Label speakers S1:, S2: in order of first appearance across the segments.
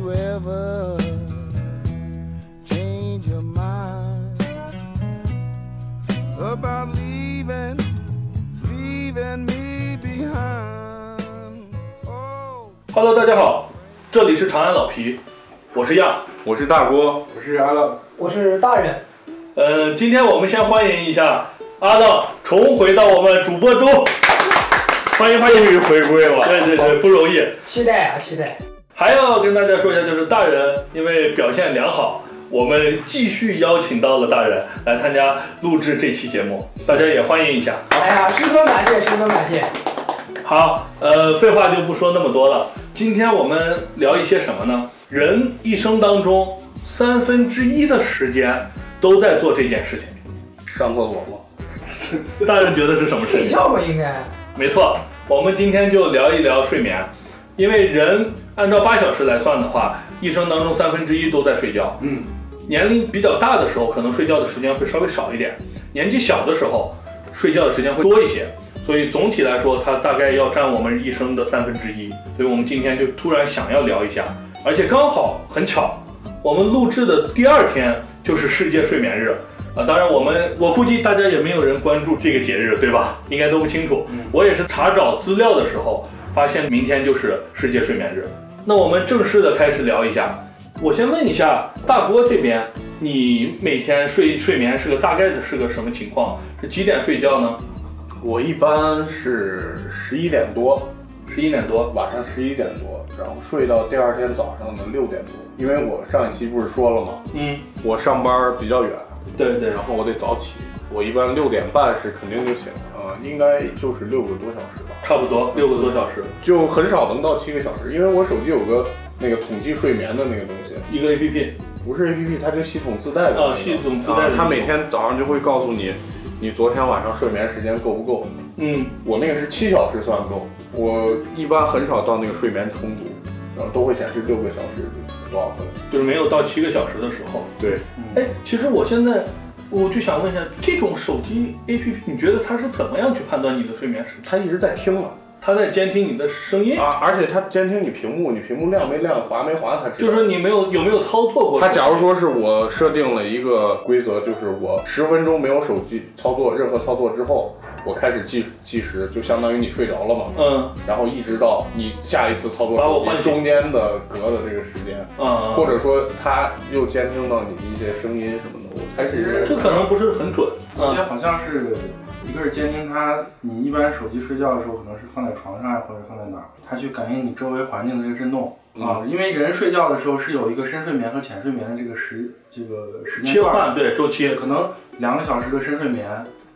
S1: never change your mind about leaving, leaving me behind. Oh.
S2: Hello，大家好，这里是长安老皮，我是亚。
S3: 我是大郭，
S4: 我是阿浪，
S5: 我是大人，
S2: 呃，今天我们先欢迎一下阿浪重回到我们主播中，欢迎欢
S3: 终
S2: 迎。
S3: 于回归了。
S2: 对对对，不容易。
S5: 期待啊，期待。
S2: 还要跟大家说一下，就是大人因为表现良好，我们继续邀请到了大人来参加录制这期节目，大家也欢迎一下。
S5: 哎呀，十分感谢，十分感谢。
S2: 好，呃，废话就不说那么多了。今天我们聊一些什么呢？人一生当中三分之一的时间都在做这件事情。
S4: 上过我吗？
S2: 大人觉得是什么事
S5: 睡
S2: 情？
S5: 觉吧，应该。
S2: 没错，我们今天就聊一聊睡眠，因为人按照八小时来算的话，一生当中三分之一都在睡觉。
S4: 嗯，
S2: 年龄比较大的时候，可能睡觉的时间会稍微少一点；年纪小的时候，睡觉的时间会多一些。所以总体来说，它大概要占我们一生的三分之一。所以我们今天就突然想要聊一下，而且刚好很巧，我们录制的第二天就是世界睡眠日。啊，当然，我们我估计大家也没有人关注这个节日，对吧？应该都不清楚。我也是查找资料的时候发现，明天就是世界睡眠日。那我们正式的开始聊一下，我先问一下大郭这边，你每天睡睡眠是个大概的是个什么情况？是几点睡觉呢？
S3: 我一般是十一点多，
S2: 十一点多。
S3: 晚上十一点多，然后睡到第二天早上的六点多。因为我上一期不是说了吗？
S2: 嗯，
S3: 我上班比较远，
S2: 对对
S3: 然后我得早起。我一般六点半是肯定就醒了，呃，应该就是六个多小时吧，
S2: 差不多六个多小时，
S3: 就很少能到七个小时。因为我手机有个那个统计睡眠的那个东西，
S2: 一个 A P P。
S3: 不是 A P P，它就系统自带的
S2: 啊系统自带的
S3: 啊它每天早上就会告诉你，你昨天晚上睡眠时间够不够。
S2: 嗯，
S3: 我那个是七小时算够，我一般很少到那个睡眠充足，然后都会显示六个小时多少分。
S2: 就是没有到七个小时的时候。
S3: 对，
S2: 哎，其实我现在我就想问一下，这种手机 A P P，你觉得它是怎么样去判断你的睡眠时间？
S3: 它一直在听嘛，
S2: 它在监听你的声音，
S3: 啊，而且它监听你屏幕，你屏幕亮没亮，滑没滑，它知道。
S2: 就是你没有有没有操作过？
S3: 它假如说是我设定了一个规则，就是我十分钟没有手机操作任何操作之后，我开始计计时，就相当于你睡着了嘛。
S2: 嗯
S3: 然后一直到你下一次操作
S2: 把我唤醒
S3: 中间的隔的这个时间，
S2: 啊，
S3: 或者说它又监听到你的一些声音什么的，我才是
S2: 这可能不是很准。
S4: 我觉
S2: 嗯
S4: 得好像是一个是监听它，你一般手机睡觉的时候可能是放在床上呀，或者放在哪儿，它去感应你周围环境的这个震动
S2: 嗯
S4: 啊，因为人睡觉的时候是有一个深睡眠和浅睡眠的这个时这个
S3: 嗯
S4: 时
S2: 切
S4: 间段
S2: 换对周期
S4: 的，，可能两个小时的深睡眠，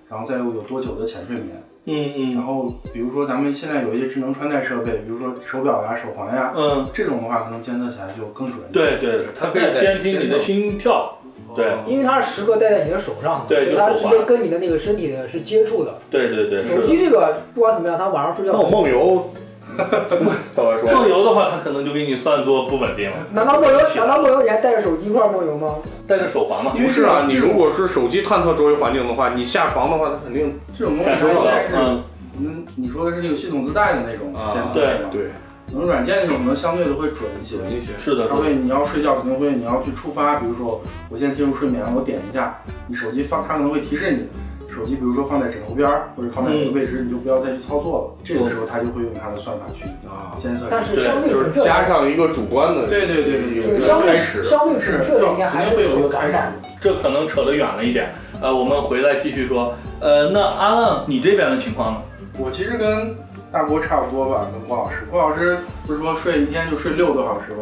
S4: 然后再有有多久的浅睡眠，
S2: 嗯
S4: 然
S2: 嗯
S4: 后比如说咱们现在有一些智能穿戴设备，比如说手表呀、手环呀，
S2: 嗯，
S4: 这种的话可能监测起来就更准一点。
S2: 对对对，它可以监听你的心跳，对
S5: 因为它是时刻戴在你的手上的，
S2: 对
S5: 所以它
S2: 就手环
S5: 直接跟你的那个身体的是接触的。
S2: 对对对，
S5: 手
S2: 是的。
S5: 机这个不管怎么样，它晚上睡
S3: 那我
S5: 觉，
S3: 梦游， 怎么说？
S2: 梦游的话，它可能就给你算作不稳定了。
S5: 难道梦游？难道梦游你还带着手机一块儿梦游吗？
S2: 带着手环嘛？
S3: 不是啊，你如果是手机探测周围环境的话，你下床的话，它肯定
S4: 这种东西
S2: 感受
S4: 应
S2: 到
S4: 该
S2: 了，
S4: 是
S2: 嗯，
S4: 嗯，你说的是那个系统自带的那种
S3: 啊
S4: 监测
S2: 对
S4: 是吧？
S3: 对
S4: 可能软件那种可能相对的会准一些。
S3: 准一些。
S2: 是的，
S4: 它
S2: 是的。
S4: 会，你要睡觉肯定会，你要去触发，比如说我现在进入睡眠，我点一下，你手机放，它可能会提示你，手机比如说放在枕头边儿或者放在哪个位置，你就不要再去操作了。这个时候它就会用它的算法去
S3: 啊，
S4: 监测。
S5: 但是相对
S3: 就是
S5: 准确
S3: 加
S5: 的，
S3: 上一个主观的，
S4: 对对对对
S3: 有
S4: 对，
S3: 一
S5: 相
S3: 个
S5: 对
S3: 开始，
S5: 相对准确的应该还
S4: 肯
S5: 是
S4: 定会有一
S5: 手
S4: 个
S5: 感
S4: 开始
S5: 染。。
S2: 这可能扯得远了一点，呃，我们回来继续说。呃，那阿浪，你这边的情况呢？
S4: 我其实跟大郭差不多吧，跟郭老师。郭老师不是说睡一天就睡六个小时吗？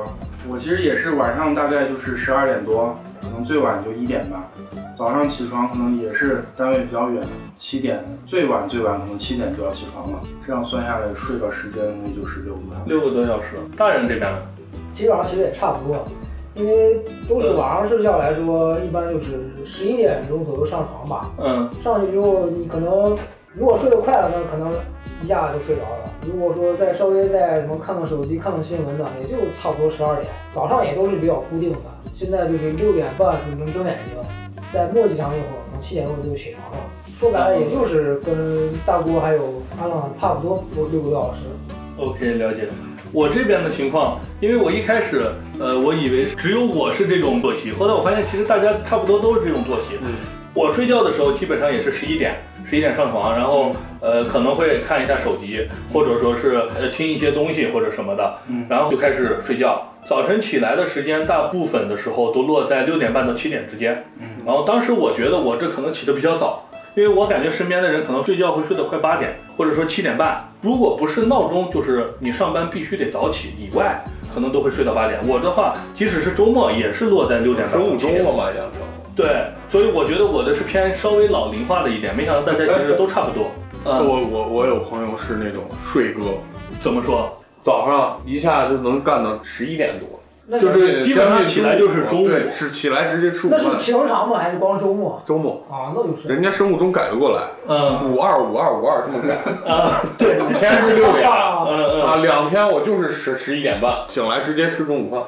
S4: 我其实也是晚上大概就是十二点多，可能最晚就一点吧。早上起床可能也是单位比较远，七点最晚最晚可能七点就要起床了。这样算下来睡的时间那就是六个半。
S2: 六个多小时。大人这边呢？
S5: 基本上其实也差不多，因为都是晚上睡觉来说，一般就是十一点钟左右上床吧。
S2: 嗯
S5: 上去之后，你可能如果睡得快了呢，可能一下就睡着了；如果说再稍微再什么看看手机、看看新闻呢，也就差不多十二点。早上也都是比较固定的，现在就是六点半你能睁眼睛，在墨迹上一会儿，可能七点多就起床了。说白了，也就是跟大郭还有阿浪差不多，都六个多小时。
S2: ，OK，了解。我这边的情况，因为我一开始，呃，我以为只有我是这种作息，后来我发现其实大家差不多都是这种作息。
S3: 嗯
S2: 我睡觉的时候基本上也是十一点，十一点上床，然后呃可能会看一下手机，或者说是呃听一些东西或者什么的，
S4: 嗯
S2: 然后就开始睡觉。早晨起来的时间大部分的时候都落在六点半到七点之间，
S4: 嗯
S2: 然后当时我觉得我这可能起得比较早，因为我感觉身边的人可能睡觉会睡得快八点，或者说七点半。如果不是闹钟，就是你上班必须得早起以外，可能都会睡到八点。我的话，即使是周末也是落在六点半
S3: 成
S2: 到
S3: 五
S2: 七
S3: 中
S2: 点。
S3: 了嘛，养成。
S2: 对，所以我觉得我的是偏稍微老龄化的一点，没想到大家其实都差不 多。嗯，
S3: 我我我有朋友是那种睡哥，
S2: 怎么说？
S3: 早上一下就能干到十一点多，
S5: 那
S3: 就
S5: 你
S3: 是
S2: 基本上
S3: 将近
S2: 起来就是中午
S3: 对，是起来直接吃午
S5: 那
S3: 饭。
S5: 是平常吗？还是光周末？
S3: 周末，
S5: 啊，那就是。
S3: 人家生物钟改得过来，
S2: 嗯
S3: 五二五二五二这么改。
S2: 啊， 对，
S3: 以前是六
S2: 嗯
S3: 点
S5: 啊，
S2: 嗯，
S3: 啊，两天我就是十十一点半醒来直接吃中午饭，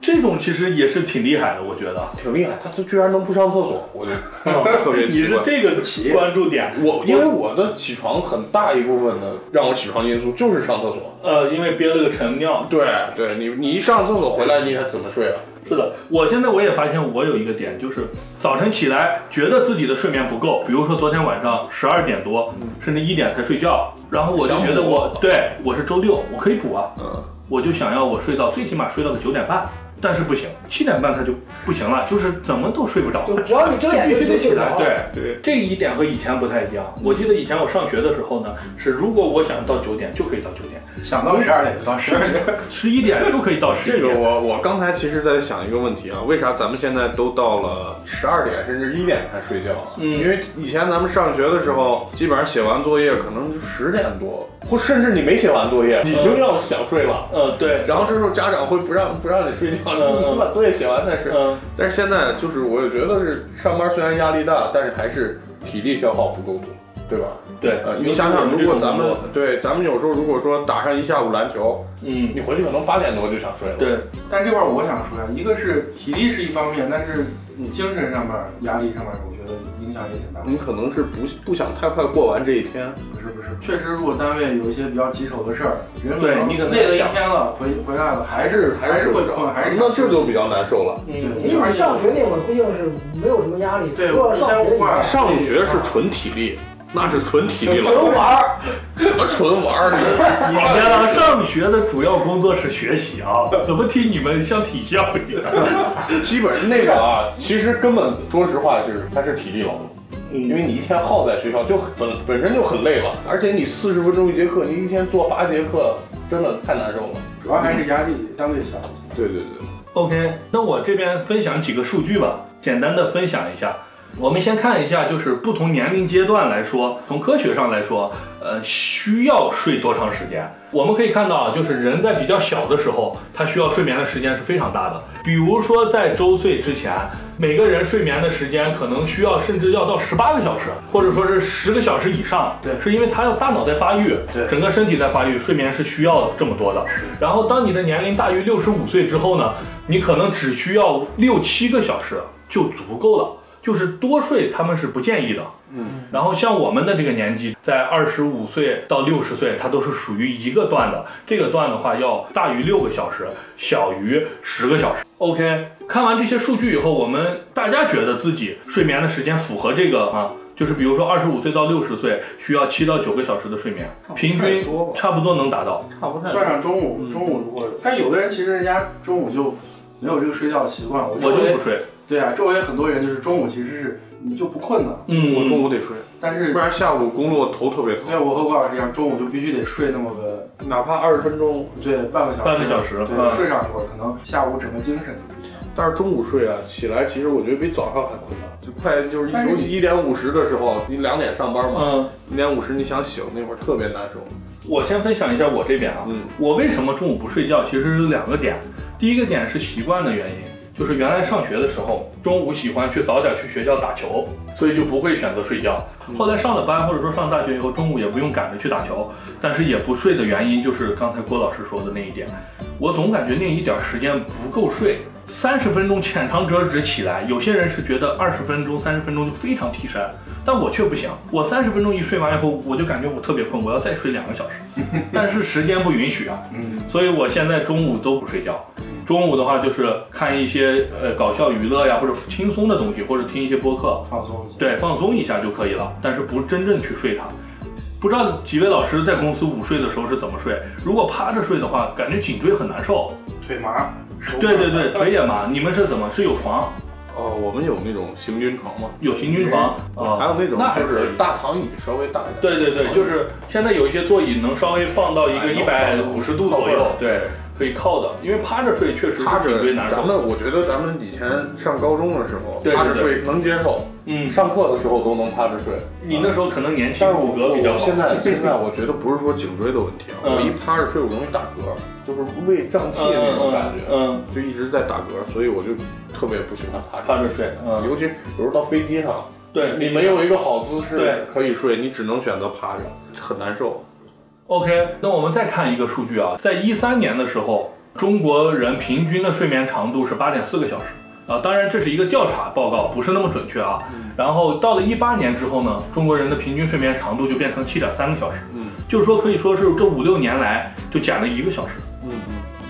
S2: 这种其实也是挺厉害的，我觉得。
S3: 挺厉害。他居然能不上厕所， 我就啊特别
S2: 你
S3: 奇
S2: 是
S3: 怪。
S2: 这个关注点，
S3: 我因为我的起床很大一部分的让我起床因素就是上厕所。
S2: 呃，因为憋了个晨尿，
S3: 对对，你你一上厕所回来，你还怎么睡啊？
S2: 是的，我现在我也发现我有一个点，就是早晨起来觉得自己的睡眠不够，比如说昨天晚上十二点多，
S3: 嗯
S2: 甚至一点才睡觉，然后我就
S3: 想
S2: 觉得
S3: 补
S2: 我对我是周六，我可以补啊，
S3: 嗯，
S2: 我就想要我睡到最起码睡到个九点半，但是不行，七点半它就不行了，就是怎么都睡不着。
S5: 就只要你睁眼
S2: 必须
S5: 就
S2: 得
S5: 就
S2: 起
S5: 睡着
S2: 来。
S5: 了。
S2: 对
S3: 对，
S2: 这一点和以前不太一样。我记得以前我上学的时候呢，是如果我想到九点就可以到九点，
S4: 想到十二点就到十二点，
S2: 十一点就可以到十
S3: 这
S2: 一
S3: 个
S2: 点。
S3: 我我刚才其实在想一个问题啊，为啥咱们现在都到了十二点甚至一点才睡觉啊？
S2: 嗯
S3: 因为以前咱们上学的时候，基本上写完作业可能就十点多，嗯或甚至你没写完作业已经要想睡了。
S2: 呃，对，
S3: 然后这时候家长会不让不让你睡觉，
S2: 嗯嗯
S3: 你 把作业写完再睡。
S2: 嗯。
S3: 但是现在就是，我也觉得是上班虽然压力大，但是还是体力消耗不够多，对吧？
S2: 对
S3: 呃，，你想想，如果咱
S2: 尤
S3: 们
S2: 其
S3: 对咱们有时候如果说打上一下午篮球，
S2: 我们这种工作
S3: 你回去可能八点多就想睡了。
S2: 嗯嗯，对，
S4: 但这块儿我想说呀，一个是体力是一方面，但是你精神上面儿压力上面儿，我觉得影响也挺大。
S3: 你可能是不不想太快过完这一天，
S4: 不是不是，确实，如果单位有一些比较棘手的事儿，人
S2: 对
S4: 能
S2: 你可能
S4: 累了一
S2: 想
S4: 天了，回回来了还是还是
S3: 睡
S4: 会
S3: 不
S4: 困，
S3: 着，
S4: 还是
S3: 那
S4: 想
S3: 这
S4: 休息
S3: 就比较难受了。
S2: 嗯
S5: 因为你上学那会儿毕竟是没有什么压力，除
S4: 对
S5: 了上学以
S4: 我
S5: 外，啊
S3: 上学是纯体力，那是纯体力
S5: 只
S3: 了，
S5: 能玩儿。
S3: 什么纯玩儿？你
S2: 你们家长上学的主要工作是学习啊，怎么听你们像体校一样？
S3: 基本那个啊，其实根本说实话就是它是体力劳动，因为你一天耗在学校就很本本身就很累了，而且你四十分钟一节课，你一天做八节课，真的太难受了。
S4: 主要还是压力相对小一
S2: 嗯
S4: 些。
S3: 对对对，
S2: OK，那我这边分享几个数据吧，简单的分享一下。我们先看一下，就是不同年龄阶段来说，从科学上来说，呃，需要睡多长时间？我们可以看到啊，就是人在比较小的时候，他需要睡眠的时间是非常大的。比如说在周岁之前，每个人睡眠的时间可能需要甚至要到十八个小时，或者说是十个小时以上。
S4: 对
S2: 是因为他要大脑在发育，
S4: 对
S2: 整个身体在发育，睡眠是需要这么多的。然后当你的年龄大于六十五岁之后呢，你可能只需要六七个小时就足够了，就是多睡他们是不建议的。
S3: 嗯，
S2: 然后像我们的这个年纪，在二十五岁到六十岁，它都是属于一个段的。这个段的话，要大于六个小时，小于十个小时。OK，看完这些数据以后，我们大家觉得自己睡眠的时间符合这个啊？就是比如说二十五岁到六十岁需要七到九个小时的睡眠，平均
S3: 多吧
S2: 差不多能达到。
S3: 差不太
S4: 算上
S2: 嗯
S4: 中午，中午如果，但有的人其实人家中午就没有这个睡觉的习惯。我
S2: 我
S4: 周
S2: 就
S4: 围
S2: 不睡，
S4: 对啊，周围很多人就是中午其实是你就不困了，
S2: 嗯，
S3: 我中午得睡，
S4: 但是
S3: 不然下午工作头特别疼，
S4: 像我和郭老师一样，中午就必须得睡那么个
S3: 哪怕二十分钟
S4: 对半个小时，
S2: 半个小时，嗯
S4: 对，睡上一会儿，可能下午整个精神就不一样。
S3: 但是中午睡啊，起来其实我觉得比早上还困难，就快就是
S4: 但是
S3: 尤其一点五十的时候，你两点上班嘛，
S2: 嗯，
S3: 一点五十你想醒那会儿特别难受。
S2: 我先分享一下我这边啊，
S3: 嗯
S2: 我为什么中午不睡觉？其实有两个点，第一个点是习惯的原因，就是原来上学的时候，中午喜欢去早点去学校打球，所以就不会选择睡觉。后来上了班或者说上大学以后，中午也不用赶着去打球，但是也不睡的原因就是刚才郭老师说的那一点，我总感觉那一点时间不够睡。三十分钟浅尝辄止起来，有些人是觉得二十分钟、三十分钟就非常提神，但我却不行。我三十分钟一睡完以后，我就感觉我特别困，我要再睡两个小时，但是时间不允许啊。
S4: 嗯，
S2: 所以我现在中午都不睡觉。中午的话就是看一些呃搞笑娱乐呀，或者轻松的东西，或者听一些播客，
S4: 放松一下。
S2: 对，放松一下就可以了。但是不真正去睡它。不知道几位老师在公司午睡的时候是怎么睡？如果趴着睡的话，感觉颈椎很难受。
S4: 腿麻，手
S2: 对对 对，腿也麻。你们是怎么？是有床，
S3: 哦，我们有那种行军床吗？
S2: 有行军床
S3: 还
S2: 啊？
S3: 有那种
S2: 那还
S3: 就
S2: 可以
S3: 是大躺椅，稍微大一点。
S2: 对对对，就是现在有一些座椅能稍微放到
S3: 哎
S2: 一个一百五十度左右，对，可以靠的。因为趴着睡确实是
S3: 趴
S2: 颈椎难
S3: 着，咱
S2: 受。
S3: 们我觉得咱们以前上高中的时候，
S2: 对对
S3: 趴着
S2: 对
S3: 睡能接受，
S2: 嗯，
S3: 上课的时候都能趴着睡。啊
S2: 你那时候可能年轻
S3: 但是
S2: 骨
S3: 我
S2: 骼比较
S3: 我
S2: 好。
S3: 现在现在我觉得不是说颈椎的问题啊，
S2: 嗯
S3: 我一趴着睡我容易打嗝，就是胃胀气
S2: 嗯
S3: 那种感
S2: 嗯
S3: 觉，
S2: 嗯，
S3: 就一直在打嗝，所以我就特别不喜欢趴着。
S2: 趴着睡，嗯，
S3: 尤其有时候到飞机上，
S2: 对，
S3: 你没有一个好姿
S2: 对
S3: 势可以睡，你只能选择趴着，很难受。
S2: OK，那我们再看一个数据啊，在一三年的时候，中国人平均的睡眠长度是八点四个小时啊，当然这是一个调查报告，不是那么准确啊。然后到了一八年之后呢，中国人的平均睡眠长度就变成七点三个小时，
S3: 嗯
S2: 就是说可以说是这五六年来就减了一个小时，
S3: 嗯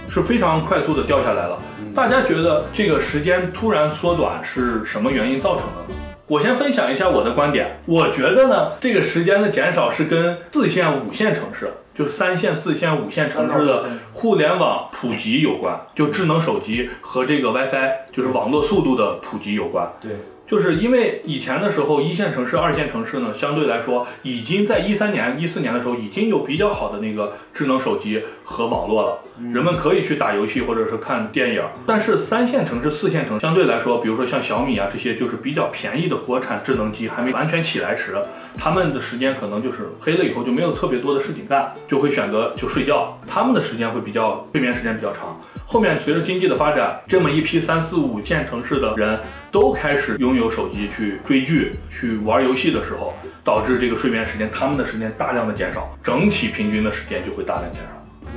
S2: 是非常快速的掉下来了。大家觉得这个时间突然缩短是什么原因造成的呢？我先分享一下我的观点，我觉得呢，这个时间的减少是跟四线、五线城市，就是三线、四线、五线城市的互联网普及有关，就智能手机和这个 WiFi，就是网络速度的普及有关。
S4: 对，
S2: 就是因为以前的时候，一线城市、二线城市呢，相对来说已经在一三年、一四年的时候已经有比较好的那个智能手机和网络了。人们可以去打游戏或者是看电影，但是三线城市、四线城市相对来说，比如说像小米啊这些，就是比较便宜的国产智能机还没完全起来时，他们的时间可能就是黑了以后就没有特别多的事情干，就会选择就睡觉，他们的时间会比较睡眠时间比较长。后面随着经济的发展，这么一批三四五线城市的人都开始拥有手机去追剧、去玩游戏的时候，导致这个睡眠时间，他们的时间大量的减少，整体平均的时间就会大量减少。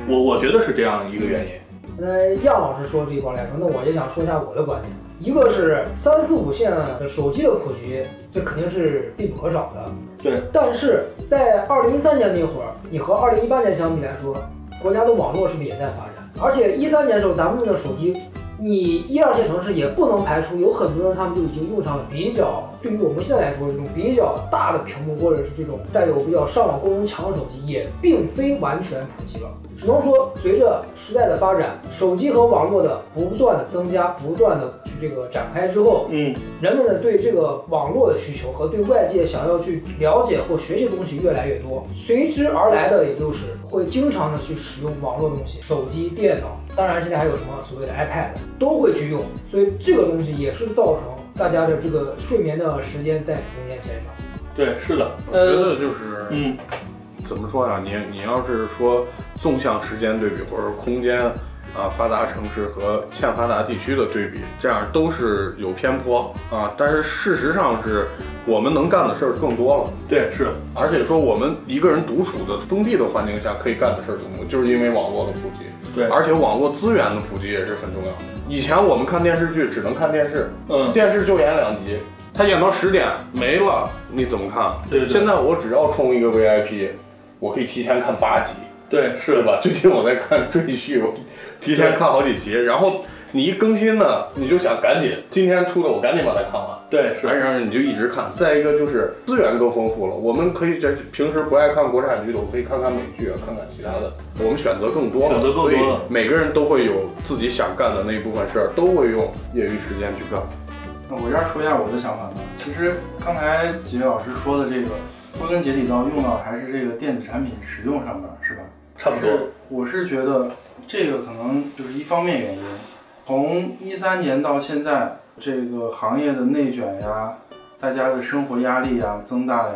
S2: 我我觉得是这样一个原因。
S5: 那样老师说这一块来说，那我也想说一下我的观点。一个是三四五线的手机的普及，这肯定是必不可少的。
S2: 对。
S5: 但是在二零一三年那会儿，你和二零一八年相比来说，国家的网络是不是也在发展？而且一三年的时候，咱们的手机，你一二线城市也不能排除有很多人他们就已经用上了比较，对于我们现在来说这种比较大的屏幕或者是这种带有比较上网功能强的手机，也并非完全普及了。只能说，随着时代的发展，手机和网络的不断的增加，不断的去这个展开之后，
S2: 嗯，
S5: 人们的对这个网络的需求和对外界想要去了解或学习的东西越来越多，随之而来的也就是会经常的去使用网络的东西，手机、电脑，当然现在还有什么所谓的 iPad 都会去用，所以这个东西也是造成大家的这个睡眠的时间在逐年减少。
S2: 对，是的。
S3: 我觉
S2: 呃，
S3: 得就是
S2: 嗯，
S3: 怎么说呀？你你要是说纵向时间对比，或者说空间啊发达城市和欠发达地区的对比，这样都是有偏颇啊。但是事实上是我们能干的事儿更多了，
S2: 对，是
S3: 而且说我们一个人独处的封闭的环境下可以干的事儿更多，就是因为网络的普及。
S2: 对。
S3: 而且网络资源的普及也是很重要的。以前我们看电视剧只能看电视，
S2: 嗯，
S3: 电视就演两集，他演到十点没了，你怎么看？
S2: 对对对
S3: 现在我只要充一个 VIP，我可以提前看八集，
S2: 对，
S3: 对
S2: 是
S3: 吧？ 最近我在看赘婿，我提前看好几集，然后你一更新呢，你就想赶紧今天出的我赶紧把它看完。
S2: 对，是，
S3: 然后你就一直看。再一个就是资源更丰富了，我们可以在平时不爱看国产剧的，我可以看看美剧啊，看看其他的，我们选择更多了，
S2: 选择更多了
S3: 所以每个人都会有自己想干的那一部分事儿，都会用业余时间去干。
S4: 那我这儿说一下我的想法吧。其实刚才几位老师说的这个，归根结底到用到还是这个电子产品使用上面，是吧？
S2: 差不多。。
S4: 我是觉得这个可能就是一方面原因，从一三年到现在，这个行业的内卷呀，大家的生活压力呀增大呀，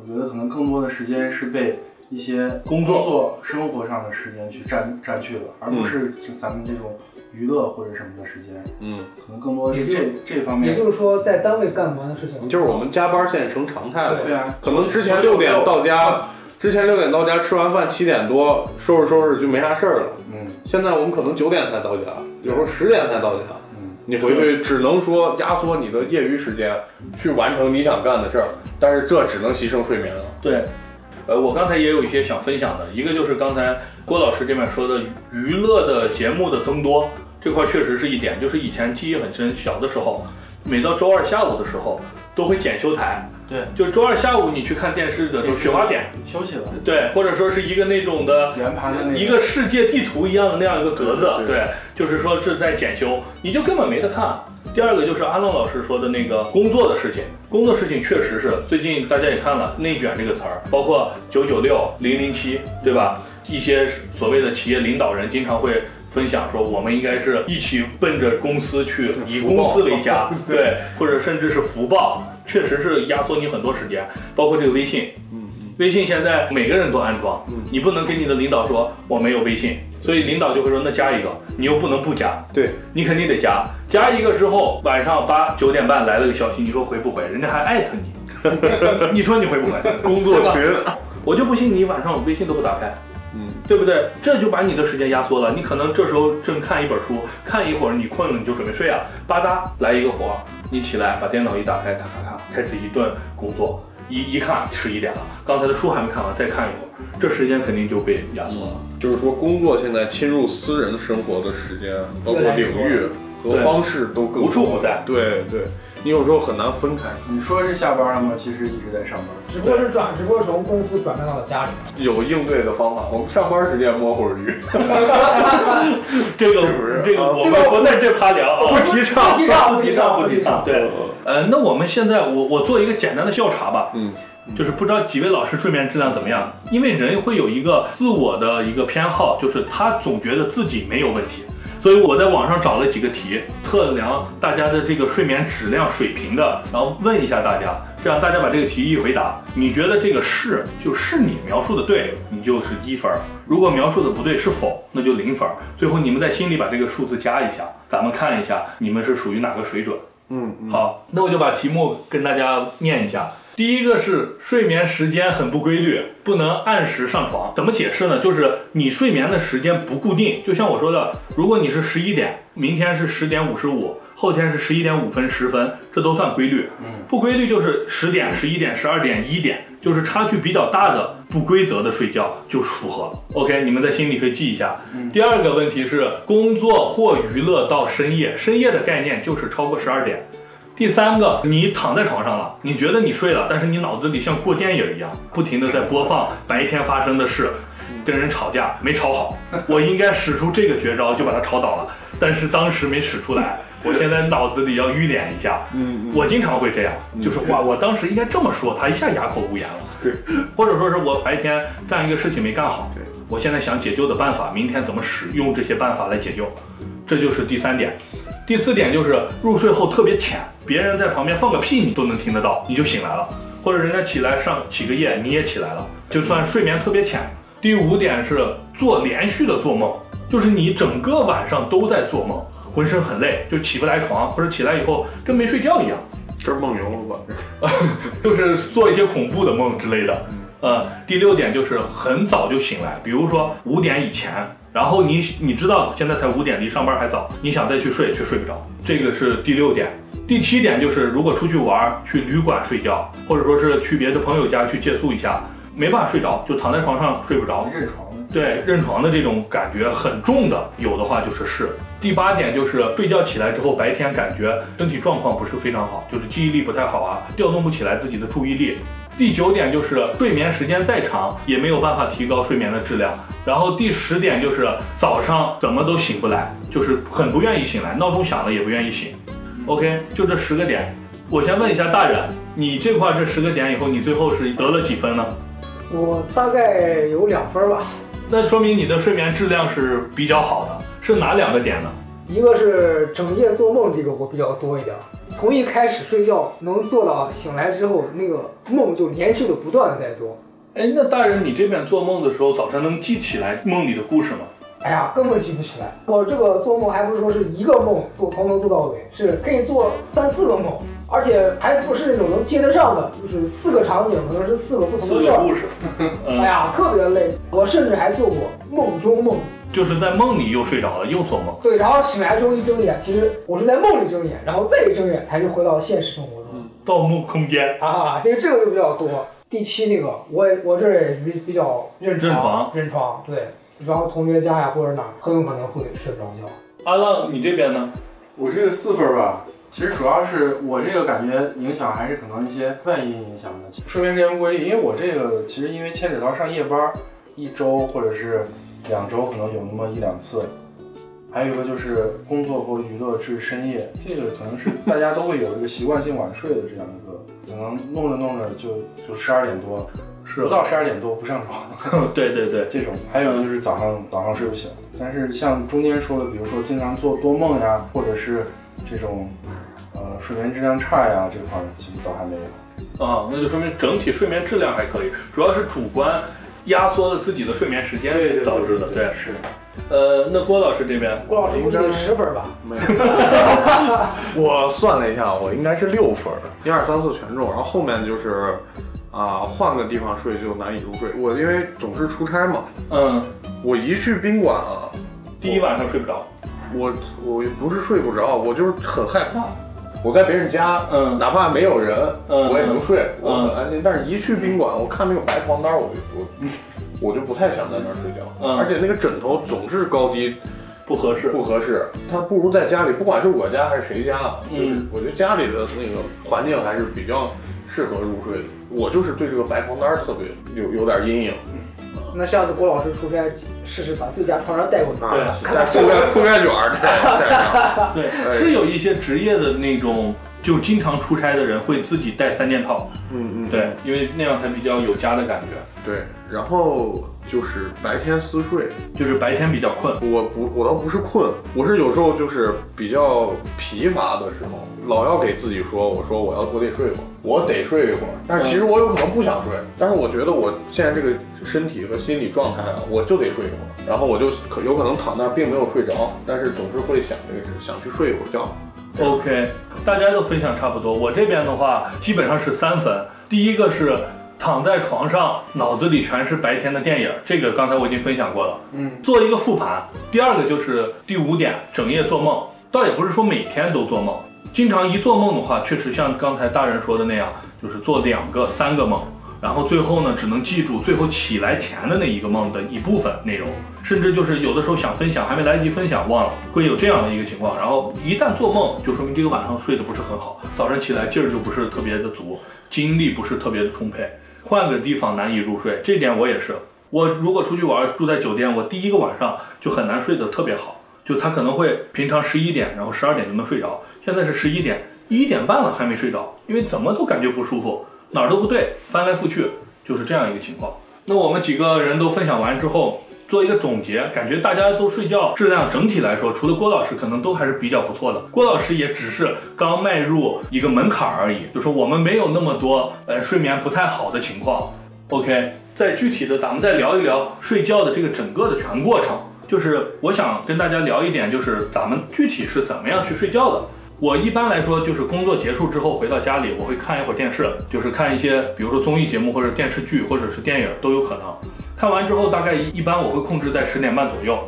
S4: 我觉得可能更多的时间是被一些
S2: 工
S4: 作、
S2: 作
S4: 生活上的时间去占占去了，而不是就咱们这种娱乐或者什么的时间，
S3: 嗯，
S4: 可能更多
S5: 也
S4: 是
S5: 就
S4: 这这方
S5: 也
S4: 面。
S5: 就是说，在单位干不完的事情，
S3: 就是我们加班现在成常态了。
S4: 对啊，
S3: 可能之前六点到家，之前六点到家吃完饭七点多收拾收拾就没啥事儿了。
S4: 嗯
S3: 现在我们可能九点才到家，有时候十点才到家。
S4: 嗯，
S3: 你回去只能说压缩你的业余时间去完成你想干的事儿，但是这只能牺牲睡眠了。
S2: 对，呃，我刚才也有一些想分享的，一个就是刚才郭老师这边说的娱乐的节目的增多这块，确实是一点。就是以前记忆很深，小的时候，每到周二下午的时候都会检修台，
S4: 对，
S2: 就周二下午你去看电视的时候，
S4: 对
S2: 雪花点，
S4: 休息了，
S2: 对，或者说是一个那种的。
S4: 圆盘的那
S2: 一个世界地图一样的那样一个格子，
S3: 对
S2: 对，就是说这在检修，你就根本没得看。第二个就是阿浪老师说的那个工作的事情，工作事情确实是最近大家也看了“内卷”这个词儿，包括九九六、零零七，对吧？一些所谓的企业领导人经常会分享说，我们应该是一起奔着公司去，以
S3: 福报
S2: 公司为家，对，或者甚至是福报，确实是压缩你很多时间，包括这个微信，
S3: 嗯嗯，
S2: 微信现在每个人都安装
S3: 嗯，
S2: 你不能跟你的领导说我没有微信，所以领导就会说那加一个，你又不能不加，
S3: 对，
S2: 你肯定得加，加一个之后晚上八九点半来了个消息，你说回不回？人家还艾特你， 你说你回不回？
S3: 工作群，
S2: 我就不信你晚上微信都不打开，
S3: 嗯，
S2: 对不对？这就把你的时间压缩了。你可能这时候正看一本书，看一会儿你困了，你就准备睡啊，吧嗒来一个活儿，你起来把电脑一打开，咔咔咔，开始一顿工作。一一看十一点了，刚才的书还没看完，再看一会儿，这时间肯定就被压缩了。
S3: 就是说工作现在侵入私人生活的时间，包括
S5: 越来越
S3: 领
S5: 多
S3: 域和
S2: 对
S3: 方式都更
S2: 无处不在
S3: 对对，你有时候很难分开。
S4: 你说是下班了吗？其实一直在上班。
S5: 只不过是转，只不过从公司转战到了家里。
S3: 有应对的方法。我们上班时间摸会儿鱼，
S2: 这个
S3: 是不是
S2: 这个
S3: 啊
S2: 我们不在这趴聊啊，
S3: 不提倡。
S5: 提倡，
S2: 不提倡，不提倡。对，呃，那我们现在我我做一个简单的调查吧，
S3: 嗯，
S2: 就是不知道几位老师睡眠质量怎么样，因为人会有一个自我的一个偏好，就是他总觉得自己没有问题，所以我在网上找了几个题，测量大家的这个睡眠质量水平的，然后问一下大家，这样大家把这个题一回答，你觉得这个是就是你描述的对，你就是一分儿；如果描述的不对是否，那就零分儿。最后你们在心里把这个数字加一下，咱们看一下你们是属于哪个水准。
S3: 嗯，嗯，
S2: 好，那我就把题目跟大家念一下。第一个是睡眠时间很不规律，不能按时上床。怎么解释呢？就是你睡眠的时间不固定，就像我说的，如果你是十一点，明天是十点五十五，后天是十一点五分、十分，这都算规律。
S4: 嗯，
S2: 不规律就是十点、十一点、十二点、一点，就是差距比较大的不规则的睡觉就符合。OK，你们在心里可以记一下。
S4: 嗯
S2: 第二个问题是工作或娱乐到深夜，深夜的概念就是超过十二点。第三个，你躺在床上了，你觉得你睡了，但是你脑子里像过电影一样，不停的在播放白天发生的事，跟人吵架没吵好，我应该使出这个绝招就把他吵倒了，但是当时没使出来，我现在脑子里要预演一下，
S3: 嗯嗯，
S2: 我经常会这样，就是哇，我当时应该这么说，他一下哑口无言了。
S3: 对，
S2: 或者说是我白天干一个事情没干好，
S3: 对，
S2: 我现在想解救的办法，明天怎么使用这些办法来解救，这就是第三点。第四点就是入睡后特别浅，别人在旁边放个屁你都能听得到，你就醒来了，或者人家起来上起个夜你也起来了，就算睡眠特别浅。第五点是做连续的做梦，就是你整个晚上都在做梦，浑身很累，就起不来床，或者起来以后跟没睡觉一样。
S3: 这是梦游了吧？
S2: 就是做一些恐怖的梦之类的。呃，第六点就是很早就醒来，比如说五点以前，然后你你知道现在才五点，离上班还早，你想再去睡却睡不着，这个是第六点。第七点就是如果出去玩儿，去旅馆睡觉，或者说是去别的朋友家去借宿一下，没办法睡着，就躺在床上睡不着，
S4: 认床了。
S2: 对认床的这种感觉很重的，有的话就是是。第八点就是睡觉起来之后，白天感觉身体状况不是非常好，就是记忆力不太好啊，调动不起来自己的注意力。第九点就是睡眠时间再长也没有办法提高睡眠的质量。然后第十点就是早上怎么都醒不来，就是很不愿意醒来，闹钟响了也不愿意醒。OK，就这十个点，我先问一下大冉，你这块这十个点以后，你最后是得了几分呢？
S5: 我大概有两分吧，
S2: 那说明你的睡眠质量是比较好的，是哪两个点呢？
S5: 一个是整夜做梦，这个我比较多一点。从一开始睡觉能做到醒来之后，那个梦就连续的不断的在做，
S2: 哎，那大人，你这边做梦的时候，早晨能记起来梦里的故事吗？
S5: 哎呀，根本记不起来。我这个做梦还不是说是一个梦做从头做到尾，是可以做三四个梦，而且还不是那种能接得上的，就是四个场景可能是四个不同
S2: 四
S5: 的事
S2: 个
S5: 儿。
S2: 故事，
S5: 哎
S2: 嗯，
S5: 呀，特别累。我甚至还做过梦中梦，
S2: 就是在梦里又睡着了，又做梦。
S5: 对，然后醒来之后一睁眼，其实我是在梦里睁眼，然后再一睁眼才是回到现实生活中。
S2: 盗梦空间，
S5: 啊，因为这个就比较多。第七那个，我也我这也比比较认
S2: 认床
S5: 床，认床，对。然后同学家呀或者哪儿，很有可能会睡不着觉。
S2: 阿浪，你这边呢？
S4: 我这个四分儿吧，其实主要是我这个感觉影响还是可能一些外因影响的。睡眠时间不规律，因为我这个其实因为牵扯到上夜班儿，一周或者是两周可能有那么一两次。还有一个就是工作和娱乐至深夜，这个可能是大家都会有一个习惯性晚睡的这样一个，可能弄着弄着就就十二点多，不到十二点多不上床。
S2: 对对对，
S4: 这种，还有就是早上早上睡不醒。但是像中间说的，比如说经常做多梦呀，或者是这种呃睡眠质量差呀这块儿，其实倒还没有。
S2: 啊，那就说明整体睡眠质量还可以，主要是主观压缩了自己的睡眠时间导致的。对，
S4: 是
S2: 呃，那郭老师这边，
S5: 郭老师估计得十分吧，
S3: 没有， 我算了一下，我应该是六分儿，一二三四全中，然后后面就是，啊、换个地方睡就难以入睡。我因为总是出差嘛，
S2: 嗯，
S3: 我一去宾馆啊，
S2: 第一晚上睡不着，
S3: 我我不是睡不着，我就是很害怕。我在别人家，
S2: 嗯
S3: 哪怕没有人，
S2: 嗯
S3: 我也能睡，
S2: 嗯
S3: 我很安心。但是一去宾馆，我看那种白床单，我就我我就不太想在那儿睡觉，
S2: 嗯
S3: 而且那个枕头总是高低
S2: 不合适。
S3: 不合适，他不如在家里，不管是我家还是谁家，就是
S2: 嗯
S3: 我觉得家里的那个环境还是比较适合入睡的。我就是对这个白床单儿特别有有点阴影，
S5: 那下次郭老师出差试试把自己家床单带过去。
S2: 对
S3: 啊，但是铺盖铺盖卷儿带带 上，
S2: 对，是有一些职业的那种，就经常出差的人会自己带三件套，
S3: 嗯嗯，
S2: 对，因为那样才比较有家的感觉。
S3: 对，然后就是白天思睡，
S2: 就是白天比较困，
S3: 我不，我倒不是困，我是有时候就是比较疲乏的时候，老要给自己说，我说我要我得睡会儿，我得睡一会儿。但是其实我有可能不想睡，但是我觉得我现在这个身体和心理状态啊，我就得睡一会儿。然后我就可有可能躺那儿并没有睡着，但是总是会想这个事，想去睡一会儿觉。
S2: OK，大家都分享差不多。我这边的话，基本上是三分。第一个是躺在床上，脑子里全是白天的电影，这个刚才我已经分享过了。
S4: 嗯，
S2: 做一个复盘。第二个就是第五点，整夜做梦，倒也不是说每天都做梦，经常一做梦的话，确实像刚才大人说的那样，就是做两个、三个梦，然后最后呢，只能记住最后起来前的那一个梦的一部分内容，甚至就是有的时候想分享还没来得及分享忘了，会有这样的一个情况。然后一旦做梦，就说明这个晚上睡得不是很好，早上起来劲儿就不是特别的足，精力不是特别的充沛，换个地方难以入睡，这点我也是。我如果出去玩，住在酒店，我第一个晚上就很难睡得特别好，就他可能会平常十一点，然后十二点就能睡着，现在是十一点，一点半了还没睡着，因为怎么都感觉不舒服，哪儿都不对，翻来覆去，就是这样一个情况。那我们几个人都分享完之后，做一个总结，感觉大家都睡觉质量整体来说，除了郭老师，可能都还是比较不错的。郭老师也只是刚迈入一个门槛儿而已，就说我们没有那么多呃睡眠不太好的情况。OK，再具体的咱们再聊一聊睡觉的这个整个的全过程。就是我想跟大家聊一点，就是咱们具体是怎么样去睡觉的。我一般来说就是工作结束之后回到家里，我会看一会儿电视，就是看一些比如说综艺节目或者电视剧或者是电影都有可能。看完之后大概一般我会控制在十点半左右，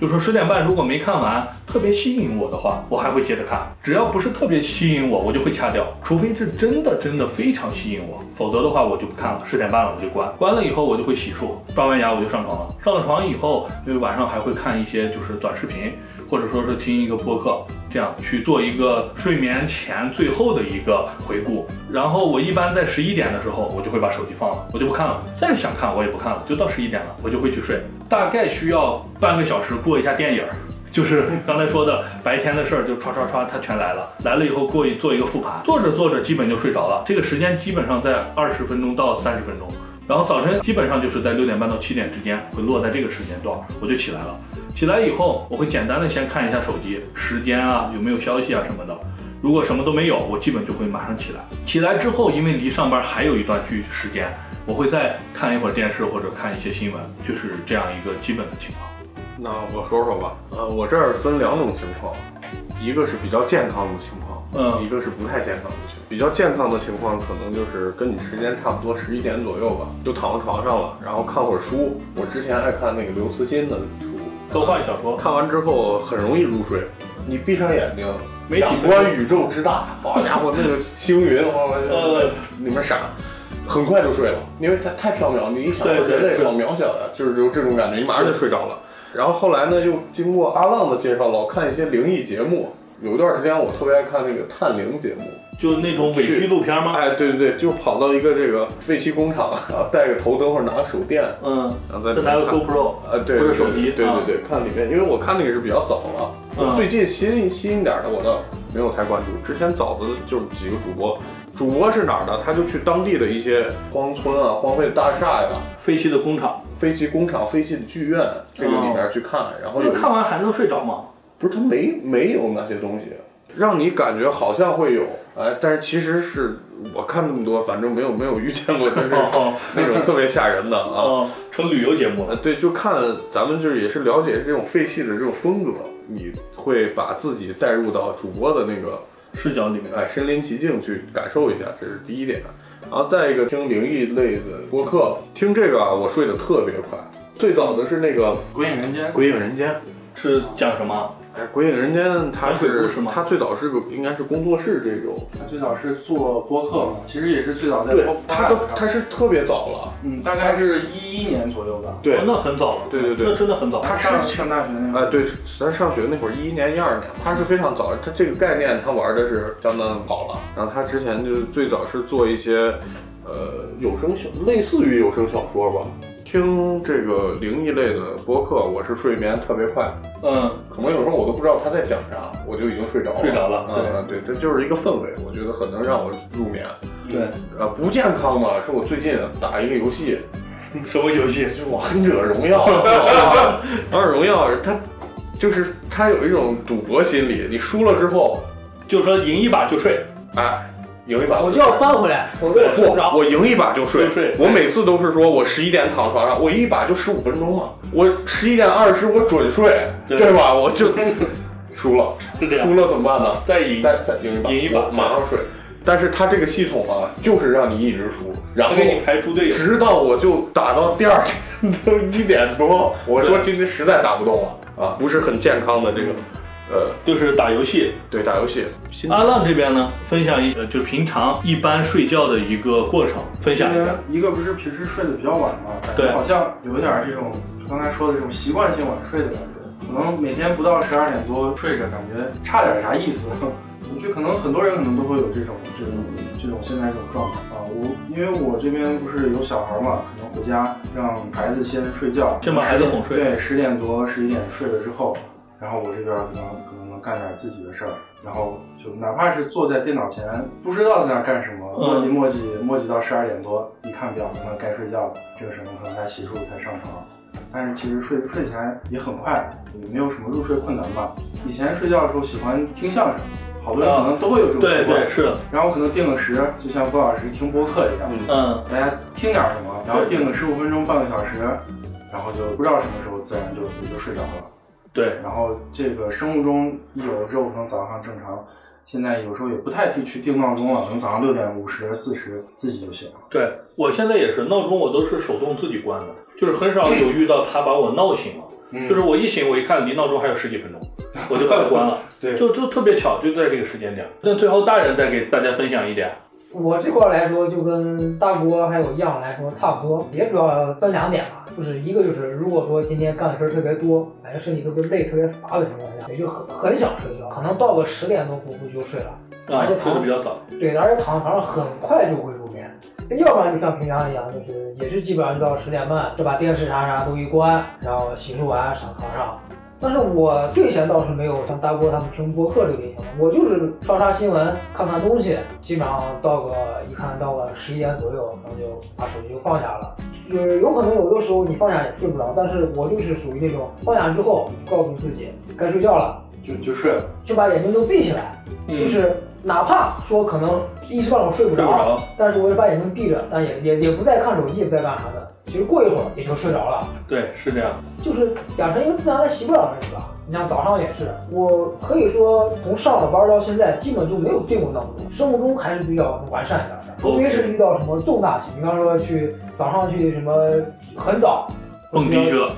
S2: 就说十点半如果没看完，特别吸引我的话，我还会接着看；只要不是特别吸引我，我就会掐掉，除非是真的真的非常吸引我，否则的话我就不看了。十点半了我就关，关了以后我就会洗漱，刷完牙我就上床了。上了床以后，因为晚上还会看一些就是短视频，或者说是听一个播客，这样去做一个睡眠前最后的一个回顾。然后我一般在十一点的时候，我就会把手机放了，我就不看了，再想看我也不看了，就到十一点了，我就会去睡。大概需要半个小时过一下电影儿，就是刚才说的白天的事儿，就唰唰唰，它全来了。来了以后过一做一个复盘，做着做着基本就睡着了。这个时间基本上在二十分钟到三十分钟。然后早晨基本上就是在六点半到七点之间会落在这个时间段，我就起来了。起来以后，我会简单的先看一下手机时间啊，有没有消息啊什么的。如果什么都没有，我基本就会马上起来。起来之后，因为离上班还有一段距时间，我会再看一会儿电视或者看一些新闻，就是这样一个基本的情况。
S3: 那我说说吧，呃，我这儿分两种情况，一个是比较健康的情况，
S2: 嗯
S3: 一个是不太健康的情况。比较健康的情况，可能就是跟你时间差不多，十一点左右吧，就躺床上了，然后看会儿书。我之前爱看那个刘慈欣的书，
S2: 科幻小说，
S3: 看完之后很容易入睡。你闭上眼睛，
S2: 没体
S3: 仰观宇宙之大，好家伙，那个星云，我
S2: 呃
S3: 我里面闪，很快就睡了，因为它太缥缈，你一想
S2: 对对
S3: 人类
S2: 是
S3: 好渺小呀，就是有这种感觉，你马上就睡着了。然后后来呢，又经过阿浪的介绍，老看一些灵异节目。有一段时间我特别爱看那个探灵节目，
S2: 就那种伪纪录片吗？
S3: 哎，对对对，就跑到一个这个废弃工 厂，然后带个头灯或者拿个手电，
S2: 嗯，
S3: 然后
S2: 再
S3: 再
S2: 拿个
S3: 看
S2: GoPro，
S3: 呃，对，
S2: 或者手机
S3: 对对
S2: 啊
S3: 对，看里面，因为我看那个是比较早了，
S2: 嗯
S3: 最近新新一点的我倒没有太关注，之前早的就是几个主播，主播是哪儿的，他就去当地的一些荒村啊、荒废的大厦呀、
S2: 废弃的工厂，
S3: 废弃工厂、废弃的剧院这个里面去看，然后有
S2: 哦那看完还能睡着吗？
S3: 不是他没没有那些东西，让你感觉好像会有，哎，但是其实是我看那么多，反正没有没有遇见过，就是
S2: 哦
S3: 那种特别吓人的啊。
S2: 哦，成旅游节目了。
S3: 呃，对，就看咱们就是也是了解这种废弃的这种风格，你会把自己带入到主播的那个
S2: 视角里面。
S3: 哎身临其境去感受一下，这是第一点。然后再一个听灵异类的播客，听这个啊，我睡得特别快。最早的是那个
S4: 鬼影人间
S3: 《哎鬼影人间》，
S2: 是讲什么？
S3: 哎，《鬼影人间》它
S2: 讲鬼
S3: 是
S2: 故事吗
S3: 它最早是个应该是工作室这种，
S4: 他最早是做播客嘛，其实也是最早在
S3: 对
S4: Pod-，
S3: 它都
S4: Podcast 上
S3: 它是特别早了，
S4: 嗯，大概是一一年左右吧。
S3: 对
S2: 哦，那很早了。
S3: 对对对
S2: 那真的很早。
S4: 他上上大学那会
S3: 啊，
S4: 儿，
S3: 对，咱上学那会儿，一一年、一二年，他是非常早，他这个概念他玩的是相当好了。然后他之前就是最早是做一些，呃，有声小，类似于有声小说吧。听这个灵异类的播客，我是睡眠特别快，
S2: 嗯，
S3: 可能有时候我都不知道他在讲啥，我就已经睡着了。
S2: 睡着了
S3: 嗯，对，这就是一个氛围，我觉得很能让我入眠。
S2: 对，
S3: 呃，不健康嘛，是我最近打一个游戏，
S2: 什么游戏？
S3: 就是王者荣 耀，王者荣耀，它就是它有一种赌博心理，你输了之后，
S2: 就说赢一把就睡。
S3: 哎，赢一把
S5: 我
S3: 就
S5: 就要翻回来，否则我睡不
S3: 不，
S5: 着。
S3: 我赢一把就睡
S2: 就睡。
S3: 我每次都是说我十一点躺床上，我一把就十五分钟嘛，我十一点二十我准睡，
S2: 对
S3: 对吧？我 就输了，
S2: 是这样
S3: 输了怎么办呢？
S2: 再赢，
S3: 再再赢一把，
S2: 赢一把
S3: 我马上睡。但是它这个系统啊，就是让你一直输，然
S2: 他
S3: 后
S2: 给你排猪队友。
S3: 直到我就打到第二天都一点多，我说今天实在打不动了啊，不是很健康的这个，呃，
S2: 就是打游戏，
S3: 对，打游戏。心
S2: 阿浪这边呢，分享一呃，就是平常一般睡觉的一个过程，分享
S4: 因
S2: 一
S4: 为
S2: 下。
S4: 一个不是平时睡得比较晚嘛，感
S2: 对
S4: 觉好像有一点这种刚才说的这种习惯性晚睡的感觉，可能每天不到十二点多睡着，感觉差点啥意思。 我觉得可能很多人可能都会有这种这种这种现在这种状况啊。我因为我这边不是有小孩嘛，可能回家让孩子先睡觉，
S2: 先把孩子哄睡
S4: 对，十点多十一点睡了之后，然后我这边可能可能干点自己的事儿，然后就哪怕是坐在电脑前，不知道在那儿干什么，
S2: 嗯
S4: 磨叽磨叽磨叽到十二点多，一看表，可能该睡觉了。这个时候可能才洗漱才上床，但是其实睡睡起来也很快，也没有什么入睡困难吧。以前睡觉的时候喜欢听相声，好多人可能都会有这种习
S2: 对
S4: 惯。
S2: 对是的，
S4: 然后可能定个时，就像郭老师听播客一样，
S2: 嗯，
S4: 大家听点什么，然后定个十五分钟、半个小时，然后就不知道什么时候自然就也就睡着了。
S2: 对，
S4: 然后这个生物钟有的时候可能早上正常，现在有时候也不太去去定闹钟了，可能早上六点五十、四十自己就醒了。
S2: 对我现在也是，闹钟我都是手动自己关的，就是很少有遇到他把我闹醒了。
S4: 嗯
S2: 就是我一醒，我一看离闹钟还有十几分钟，我就把它关了，
S4: 对
S2: 就就特别巧，就在这个时间点。那最后大人再给大家分享一点，
S5: 我这块儿来说，就跟大锅还有样来说差不多，也主要分两点吧，就是一个就是如果说今天干的事儿特别多，感觉身体特别累、特别乏的情况下，也就很很想睡觉，可能到个十点多估计就睡了。
S2: 啊，
S5: 而且
S2: 睡
S5: 躺
S2: 得比较早，
S5: 对，而且躺床上很快就会入眠，要不然就像平常一样，就是也是基本上到十点半，就把电视啥啥都一关，然后洗漱完上床上。但是我睡前倒是没有像大波他们听播客这个影响，我就是刷刷新闻，看看东西，基本上到个一看到个十一点左右，可能就把手机就放下了。就是有可能有的时候你放下也睡不着，但是我就是属于那种放下之后告诉自己该睡觉了，
S4: 就就睡了。
S5: 就把眼睛都闭起来，
S2: 嗯
S5: 就是哪怕说可能一时半会儿睡不
S2: 睡不
S5: 着，
S2: 着，
S5: 但是我也把眼睛闭着，但也也也不再看手机，也不再干啥的。其实过一会儿也就睡着了，
S2: 对，是这样。
S5: 就是养成一个自然的习惯而已吧。你像早上也是，我可以说从上了班到现在，基本就没有定过闹钟，生物钟还是比较完善一点的，除非是遇到什么重大情，比方说去早上去什么很早。
S2: 蹦迪去了，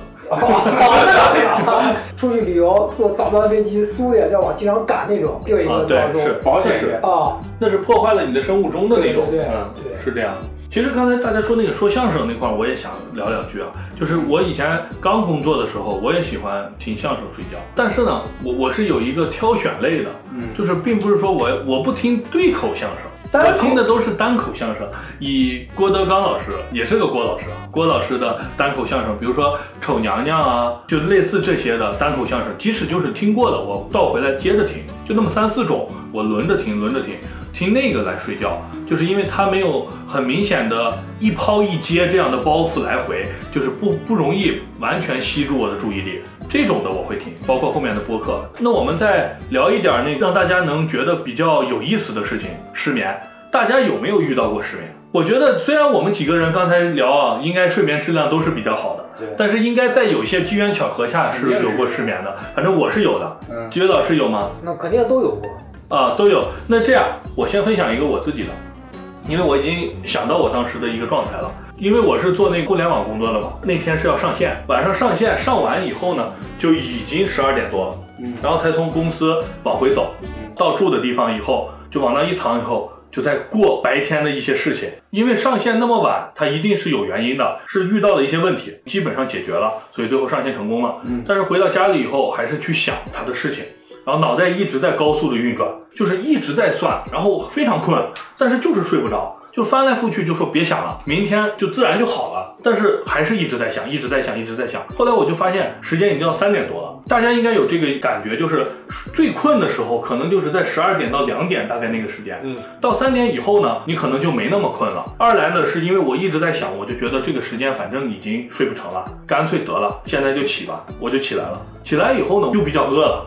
S5: 出去旅游坐早班飞机，苏联要往机场赶那种，定一
S2: 啊
S5: 个，闹
S2: 对，
S5: 钟
S2: 是
S4: 保险一
S2: 是
S4: 点，
S5: 啊，
S2: 那是破坏了你的生物钟的那种，
S5: 对对对
S2: 嗯，
S5: 对
S2: 是这样。其实刚才大家说那个说相声那块儿，我也想聊两句啊。就是我以前刚工作的时候，我也喜欢听相声睡觉，但是呢，我我是有一个挑选类的，
S4: 嗯，
S2: 就是并不是说我我不听对口相声。
S5: 单口
S2: 我听的都是单口相声，以郭德纲老师也是个郭老师，啊，郭老师的单口相声，比如说《丑娘娘》啊，就类似这些的单口相声，即使就是听过的，我倒回来接着听，就那么三四种，我轮着听，轮着听，听那个来睡觉，就是因为它没有很明显的一抛一接这样的包袱来回，就是不不容易完全吸住我的注意力。这种的我会听，包括后面的播客。那我们再聊一点儿那个让大家能觉得比较有意思的事情，失眠。大家有没有遇到过失眠？我觉得虽然我们几个人刚才聊啊，应该睡眠质量都是比较好的，
S4: 对，
S2: 但是应该在有些机缘巧合下是有过失眠的。反正我是有的，
S4: 嗯，
S2: 几位老师有吗？
S5: 那肯定都有过。
S2: 啊，都有。那这样，我先分享一个我自己的，因为我已经想到我当时的一个状态了。因为我是做那个互联网工作的嘛，那天是要上线，晚上上线上完以后呢，就已经十二点多了，
S4: 嗯
S2: 然后才从公司往回走，到住的地方以后，就往那一躺以后，就在过白天的一些事情。因为上线那么晚，它一定是有原因的，是遇到了一些问题，基本上解决了，所以最后上线成功了。
S4: 嗯
S2: 但是回到家里以后，还是去想他的事情，然后脑袋一直在高速的运转，就是一直在算，然后非常困，但是就是睡不着。就翻来覆去就说别想了，明天就自然就好了。但是还是一直在想，一直在想，一直在想。后来我就发现时间已经到三点多了，大家应该有这个感觉，就是最困的时候可能就是在十二点到两点大概那个时间。
S3: 嗯，
S2: 到三点以后呢，你可能就没那么困了。二来呢，是因为我一直在想，我就觉得这个时间反正已经睡不成了，干脆得了，现在就起吧，我就起来了。起来以后呢，就比较饿了。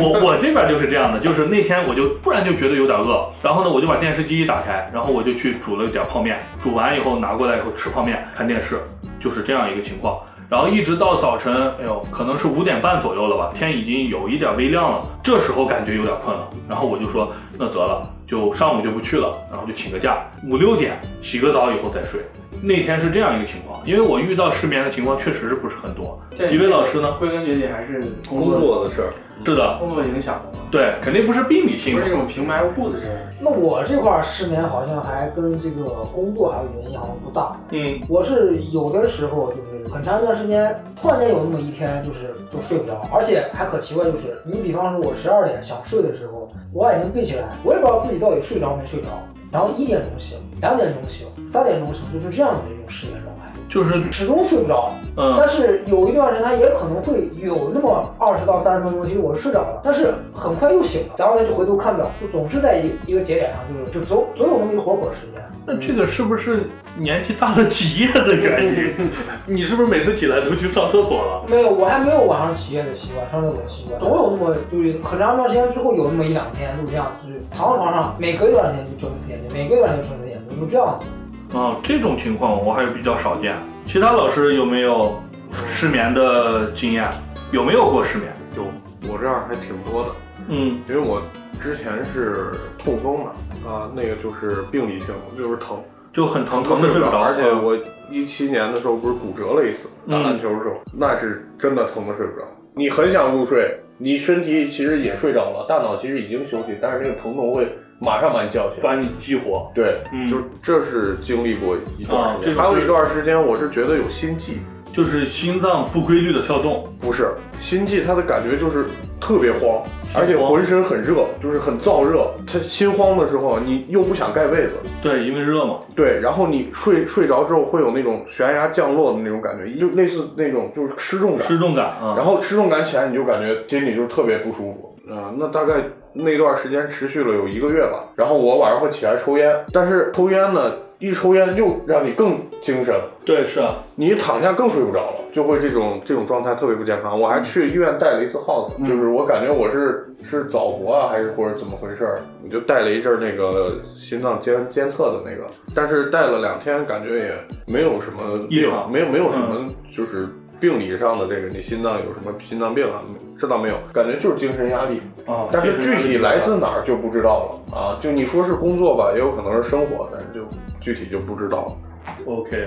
S2: 我我这边就是这样的，就是那天我就突然就觉得有点饿，然后呢，我就把电视机一打开，然后我就去煮了点泡面，煮完以后拿过来以后吃泡面看电视，就是这样一个情况。然后一直到早晨，哎呦，可能是五点半左右了吧，天已经有一点微亮了，这时候感觉有点困了，然后我就说那得了，就上午就不去了，然后就请个假，五六点洗个澡以后再睡。那天是这样一个情况，因为我遇到失眠的情况确实是不是很多。
S4: 对嗯
S2: 几位老师呢？
S4: 归根结底还是
S3: 工作的事儿，
S2: 是的，
S4: 工作影响的嘛，
S2: 对，肯定不是病理性
S4: 不
S2: 的
S4: 是那。种平白无故的事儿。
S5: 那我这块儿失眠好像还跟这个工作还有原因好像不大。
S2: 嗯
S5: 我是有的时候就是很长一段时间，突然间有那么一天就是就睡不着，而且还可奇怪就是，你比方说我十二点想睡的时候，我眼睛闭起来，我也不知道自己到底睡着没睡着，然后一点钟醒，两点钟醒，三点钟醒，就是这样的一种失眠状态，，
S2: 就是
S5: 始终睡不着。
S2: 嗯，
S5: 但是有一段时间，它也可能会有那么二十到三十分钟，其实我是睡着了，但是很快又醒了，然后他就回头看表，就总是在一一个节点上，就是就总总有那么一会儿会儿时间。
S2: 那这个是不是年纪大了起夜的原因？ 你是不是每次起来都去上厕所了？
S5: 没有，我还没有晚上起夜的习惯，上厕所的习惯，总有那么就是很长一段时间之后有那么一两天就是这样，就是躺在床上，每隔一段时间就睁一次眼睛，每隔一段时间睁一次眼睛，就这样子。
S2: 啊，这种情况我还是比较少见。其他老师有没有失眠的经验？有没有过失眠？
S3: 有我这样还挺多的。
S2: 嗯
S3: 因为我之前是痛风嘛，啊，那个就是病理性，就是疼，
S2: 就很疼，疼的睡不着，
S3: 而且我一七年的时候不是骨折了一次，打篮球的时候，那是真的疼的睡不着。你很想入睡，你身体其实也睡着了，大脑其实已经休息，但是那个疼痛会马上把你叫起来。
S2: 把你激活。
S3: 对，
S2: 嗯
S3: 就这是经历过一段时
S2: 啊这种
S3: 间，
S2: 是
S3: 还有一段时间我是觉得有心悸，
S2: 就是心脏不规律的跳动，
S3: 不是心悸，它的感觉就是特别慌，而且
S2: 慌
S3: 浑身很热，就是很燥热。它心慌的时候，你又不想盖被子，
S2: 对，因为热嘛。
S3: 对，然后你睡睡着之后会有那种悬崖降落的那种感觉，就类似那种就是失重感，
S2: 失重感啊，
S3: 然后失重感起来你就感觉心里就特别不舒服。啊、那大概那段时间持续了有一个月吧，然后我晚上会起来抽烟，但是抽烟呢，一抽烟又让你更精神，
S2: 对，是啊，
S3: 你一躺下更睡不着了，就会这种这种状态特别不健康。我还去医院带了一次耗子，
S4: 嗯
S3: 就是我感觉我是是早搏啊，还是或者怎么回事儿，我就带了一阵儿那个心脏监监测的那个，但是带了两天，感觉也没有什么
S2: 异
S3: 病
S2: 常
S3: 没有没有什么就是病理上的这个你心脏有什么心脏病啊，这倒没有，感觉就是精神压力。
S2: 啊，
S3: 但是
S2: 其实
S3: 具体来自哪儿就不知道了啊！就你说是工作吧，也有可能是生活，但是就具体就不知道了。
S2: OK，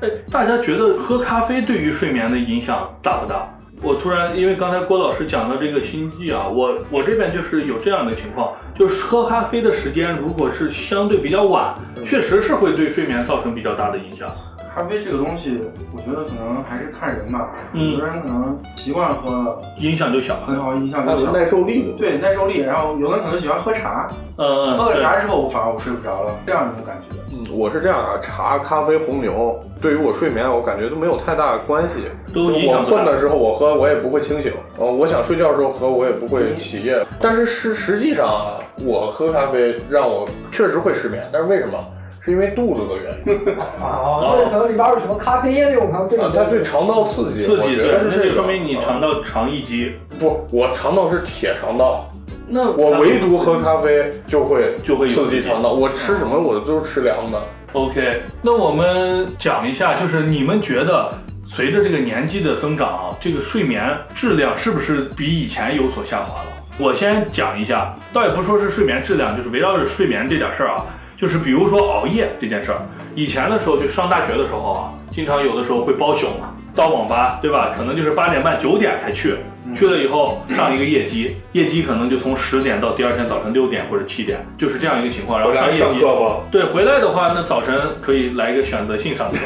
S2: 哎，大家觉得喝咖啡对于睡眠的影响大不大？我突然因为刚才郭老师讲到这个心悸啊，我我这边就是有这样的情况，就是喝咖啡的时间如果是相对比较晚，
S3: 嗯
S2: 确实是会对睡眠造成比较大的影响。
S4: 咖啡这个东西，我觉得可能还是看人吧。
S2: 嗯
S4: 有的人可能习惯喝了，
S2: 影响就小
S4: 很
S3: 嗯
S2: 了。
S4: 好，影响
S3: 还
S4: 就
S3: 有
S4: 小。
S3: 耐受力的，
S4: 对耐受力，然后有的人可能喜欢喝茶，
S2: 嗯，
S4: 喝了
S2: 对
S4: 茶之后，我反而我睡不着了，这样一种感觉。
S3: 嗯，我是这样啊，茶、咖啡、红牛对于我睡眠，啊我感觉都没有太大的关系。
S2: 都影
S3: 我
S2: 响不
S3: 困
S2: 大。
S3: 的时候我喝，我也不会清醒。呃，我想睡觉的时候喝，我也不会起夜。但是实实际上啊，我喝咖啡让我确实会失眠，但是为什么？是因为肚子的原因。
S5: 啊，那可能里边有什么咖啡因这种可能对
S3: 啊
S5: 你
S3: 它对肠道刺激，
S2: 刺
S3: 我
S2: 激
S3: 觉
S2: 对
S3: 得，是
S2: 那
S3: 这
S2: 就
S3: 个
S2: 说明你
S3: 啊
S2: 肠道肠易激。
S3: 不，我肠道是铁肠道，
S2: 那
S3: 我唯独喝咖啡就会
S2: 就会有
S3: 刺激肠道。我吃什么我都是吃凉的。
S2: OK，那我们讲一下，就是你们觉得随着这个年纪的增长啊，这个睡眠质量是不是比以前有所下滑了？我先讲一下，倒也不说是睡眠质量，就是围绕着睡眠这点事儿啊，就是比如说熬夜这件事儿，以前的时候就上大学的时候啊，经常有的时候会包宿嘛，到网吧对吧？可能就是八点半九点才去，去了以后上一个夜机，夜机可能就从十点到第二天早晨六点或者七点，就是这样一个情况，然后上夜机。
S3: 吗？
S2: 对，回来的话，那早晨可以来一个选择性上课，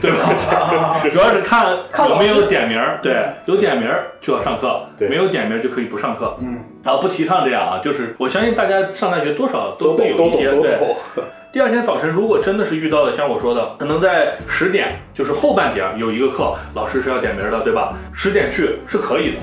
S2: 对 吧？主要是看
S5: 看
S2: 有
S5: 老
S2: 没
S5: 师
S2: 有点名儿，对，有点名儿就要上课，
S3: 嗯对
S2: 没有点名儿就可以不上课。
S4: 嗯，
S2: 然后不提倡这样啊，就是我相信大家上大学多少都
S3: 都
S2: 会有
S3: 都
S2: 一些
S3: 懂都
S2: 对。
S3: 懂。
S2: 第二天早晨，如果真的是遇到了像我说的，可能在十点，就是后半节有一个课，老师是要点名的，对吧？十点去是可以的。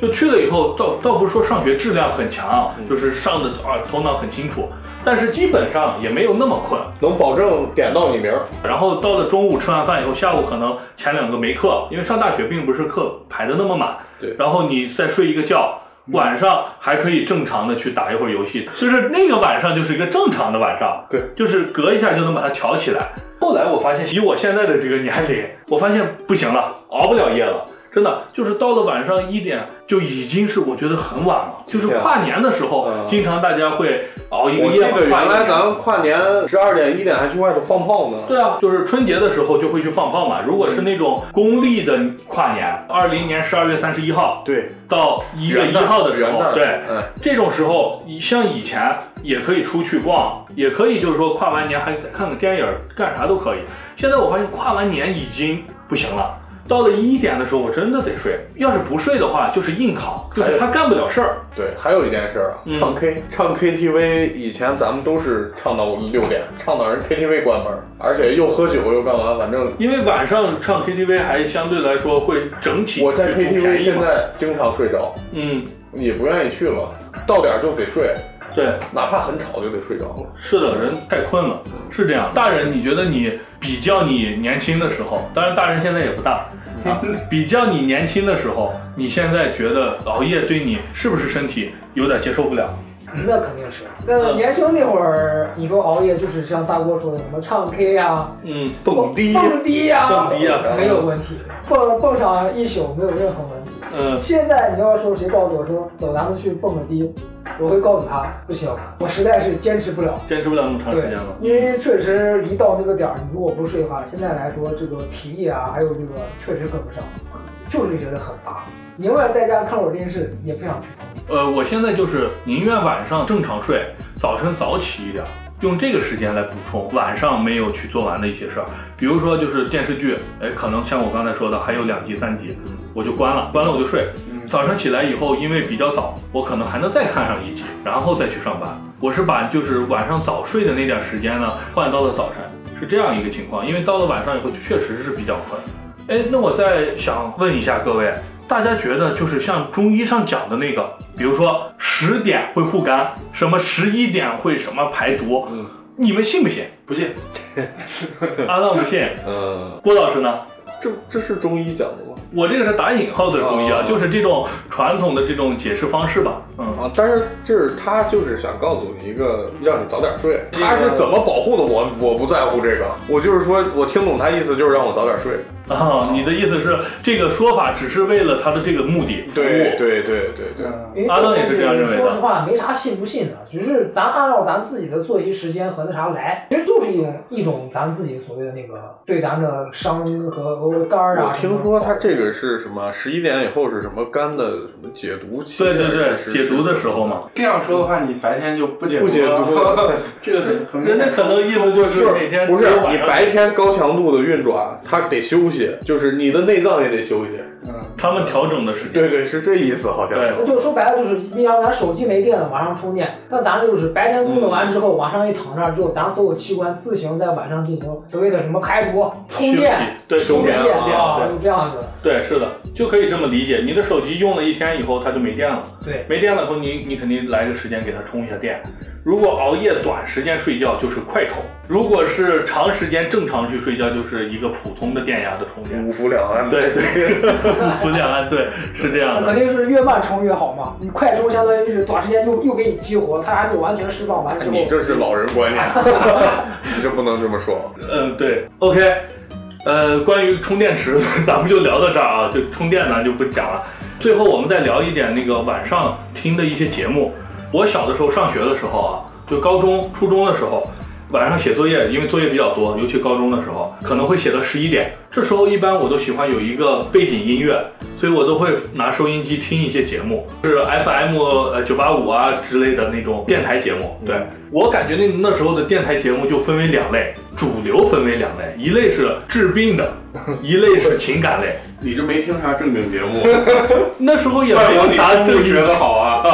S2: 就去了以后，倒倒不是说上学质量很强啊，
S3: 嗯
S2: 就是上的啊头脑很清楚，但是基本上也没有那么困。
S3: 能保证点到你名儿，
S2: 然后到了中午吃完饭以后，下午可能前两个没课，因为上大学并不是课排的那么满。
S3: 对嗯
S2: 然后你再睡一个觉，晚上还可以正常的去打一会儿游戏，就是那个晚上就是一个正常的晚上。
S3: 对，
S2: 就是隔一下就能把它调起来。后来我发现，以我现在的这个年龄，我发现不行了，熬不了夜了。真的就是到了晚上一点，就已经是我觉得很晚了。就是
S3: 是啊
S2: 跨年的时候，
S3: 嗯
S2: 经常大家会熬一个
S3: 我记
S2: 夜嘛。
S3: 得原
S2: 跨一个
S3: 来
S2: 年
S3: 咱们跨年十二点一点还去外头放炮呢。
S2: 对啊，就是春节的时候就会去放炮嘛。如果是那种公历的跨年，二零年十二月三十一号
S3: 对，
S2: 到一月一号的时
S3: 元
S2: 候，
S3: 旦
S2: 对，
S3: 嗯，
S2: 这种时候，以像以前也可以出去逛，也可以就是说跨完年还看个电影，干啥都可以。现在我发现跨完年已经不行了。到了一点的时候，我真的得睡。要是不睡的话，就是硬扛，就是他干不了事儿。
S3: 对，还有一件事儿啊，
S2: 嗯
S3: 唱 K，唱 KTV，以前咱们都是唱到六点，唱到人 KTV 关门，而且又喝酒又干嘛，反正
S2: 因为晚上唱 KTV 还相对来说会整体
S3: 我
S2: 去
S3: 在
S2: 不
S3: KTV
S2: 便宜
S3: 现
S2: 嘛
S3: 在经常睡着，
S2: 嗯，
S3: 也不愿意去了，到点儿就得睡，
S2: 对，
S3: 哪怕很吵就得睡着了。
S2: 是的，人太困了，是这样。大人，你觉得你比较你年轻的时候，当然大人现在也不大，啊，比较你年轻的时候，你现在觉得熬夜对你是不是身体有点接受不了？
S5: 那肯定是。那年轻那会儿，你说熬夜就是像大郭说的什么唱 K 啊、
S2: 嗯，
S3: 蹦迪，
S5: 蹦迪呀、
S2: 蹦迪啊
S5: 没有问题，蹦蹦上一宿没有任何问题。
S2: 嗯，
S5: 现在你要说谁告诉我说走，咱们去蹦个迪，我会告诉他不行，我实在是坚持不了。
S2: 坚持不了那么长时间
S5: 对
S2: 了，。
S5: 因为确实一到那个点儿，你如果不睡的话，现在来说这个体力啊，还有这个确实跟不上，就是觉得很乏。宁愿在家看会儿电视，也不想去蹦迪。
S2: 呃，我现在就是宁愿晚上正常睡，早晨早起一点，用这个时间来补充晚上没有去做完的一些事儿。比如说就是电视剧，哎，可能像我刚才说的还有两集三集，我就关了，关了我就睡。
S4: 嗯
S2: 早上起来以后，因为比较早，我可能还能再看上一集，然后再去上班。我是把就是晚上早睡的那点时间呢换到了早晨，是这样一个情况。因为到了晚上以后，确实是比较困。哎，那我再想问一下各位，大家觉得就是像中医上讲的那个，比如说十点会护肝，什么十一点会什么排毒，
S3: 嗯，
S2: 你们信不信？
S4: 不信，
S2: 阿浪不信，
S3: 嗯，
S2: 郭老师呢？
S3: 这这是中医讲的吗？
S2: 我这个是打引号的中医啊，
S3: 哦
S2: 就是这种传统的这种解释方式吧。嗯，
S3: 啊，但是就是他就是想告诉你一个，让你早点睡。他是怎么保护的我？我不在乎这个，我就是说我听懂他意思就是让我早点睡。哦
S2: 啊，你的意思是这个说法只是为了他的这个目的服务？
S3: 对对对对对，
S5: 因为
S2: 阿
S5: 这
S2: 浪
S5: 东
S2: 也是
S5: 西
S2: 这样认为的
S5: 说实话没啥信不信的，只是咱按照咱自己的作息时间和那啥来，其实就是一种一种咱自己所谓的那个对咱的伤和肝儿啊。
S3: 我听说他这个是什么？十一点以后是什么肝的什么解毒期？
S2: 对对
S3: 还
S2: 对，
S3: 是
S2: 解毒的时候嘛。。
S4: 这样说的话，你白天就不解
S3: 不解
S4: 了
S3: 毒， 啊
S4: 这个很很明
S2: 人家
S4: 显
S2: 可能意思就
S3: 就是
S2: 是每天
S3: 不是
S2: 只有晚
S3: 你
S2: 上
S3: 白天高强度的运转，它得休息，就是你的内脏也得休息。
S4: 嗯，
S2: 他们调整的时间。
S3: 对对，是这意思，好像。
S2: 对
S5: 那就说白了，就是你像咱手机没电了，晚上充电，那咱就是白天工作完之
S2: 嗯
S5: 后，晚上一躺那儿之后，咱所有器官自行在晚上进行所谓的什么排毒、充电、
S2: 对
S5: 充
S2: 充电充电
S5: 啊，
S2: 对
S5: 就这样子。
S2: 对是的，就可以这么理解。你的手机用了一天以后，它就没电了。
S5: 对，
S2: 没电了以后，你你肯定来个时间给它充一下电。如果熬夜短时间睡觉就是快充，如果是长时间正常去睡觉，就是一个普通的电压的充电。
S3: 五福两安。
S2: 对对，不 两安对是这样
S5: 那
S2: 的
S5: 肯。定是越慢充越好嘛。你快充相当于是短时间又又给你激活，它还没有完全释放完之后，
S3: 你这是老人观 念，你这不能这么说。
S2: 嗯，对，OK，呃，关于充电池， 咱们就聊到这儿啊，就充电咱就不讲了。最后我们再聊一点那个晚上听的一些节目。我小的时候上学的时候啊，就高中、初中的时候，晚上写作业，因为作业比较多，尤其高中的时候，可能会写到十一点。这时候一般我都喜欢有一个背景音乐，所以我都会拿收音机听一些节目，是 FM 呃九八五啊之类的那种电台节目。对我感觉那那时候的电台节目就分为两类，主流分为两类，一类是治病的，一类是情感类。
S3: 你这没听啥正经节目，
S2: 那时候也
S3: 怪
S2: 没
S3: 不
S2: 有
S3: 得
S2: 啥
S3: 你
S2: 正
S3: 不
S2: 经
S3: 学
S2: 节
S3: 的好 啊。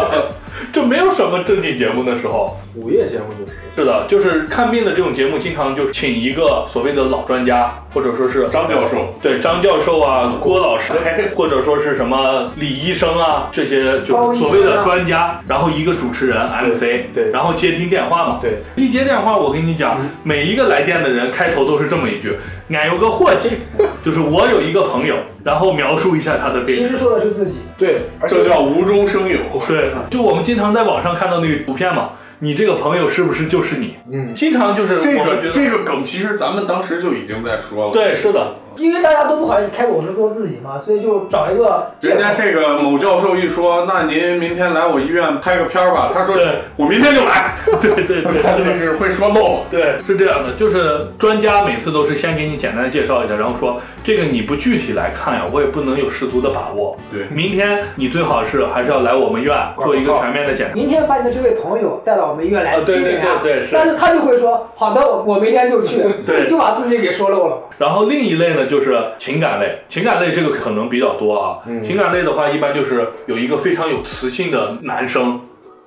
S2: 这没有什么正经节目那时候。
S4: 午夜节目就是
S2: 是的，就是看病的这种节目，经常就请一个所谓的老专家，或者说是
S3: 张教授，
S2: 对张教授啊、郭老师，或者说是什么李医生啊，这些就
S5: 高
S2: 是
S5: 医
S2: 所谓
S5: 生
S2: 的
S5: 啊
S2: 专家，然后一个主持人 MC，
S4: 对
S2: 然后接听电话嘛，
S4: 对，
S2: 一接电话，我跟你讲，每一个来电的人开头都是这么一句：“俺有个伙计，就是我有一个朋友。”然后描述一下他的病
S5: 其。实说的是自己。
S3: 对，
S4: 而且
S3: 这叫无中生有。
S2: 对，就我们经常在网上看到那个图片嘛，你这个朋友是不是就是你？
S4: 嗯，
S2: 经常就是
S3: 这
S2: 我们觉得
S3: 个这个梗其实咱们当时就已经在说了。
S2: 对，是的，
S5: 因为大家都不好意思开口是说自己嘛，所以就找一个借
S3: 人
S5: 口
S3: 家这个某教授一说，那您明天来我医院拍个片儿吧。他说
S2: 对
S3: 我明天就来，
S2: 对对对
S3: 他这是会说漏。
S2: 对，是这样的，就是专家每次都是先给你简单的介绍一下，然后说这个你不具体来看呀，我也不能有十足的把握。
S3: 对
S2: 明天你最好是还是要来我们院做一个全面的检查。
S5: 明天把你的这位朋友带到我们医院来
S2: 啊对
S5: 接诊
S2: 对
S5: 啊
S2: 对对是
S5: 但是他就会说好的，我我明天就去，
S2: 对
S5: 自己就把自己给说漏了嘛。
S2: 然后另一类呢就是情感类，情感类这个可能比较多啊。
S4: 嗯
S2: 情感类的话，一般就是有一个非常有磁性的男生，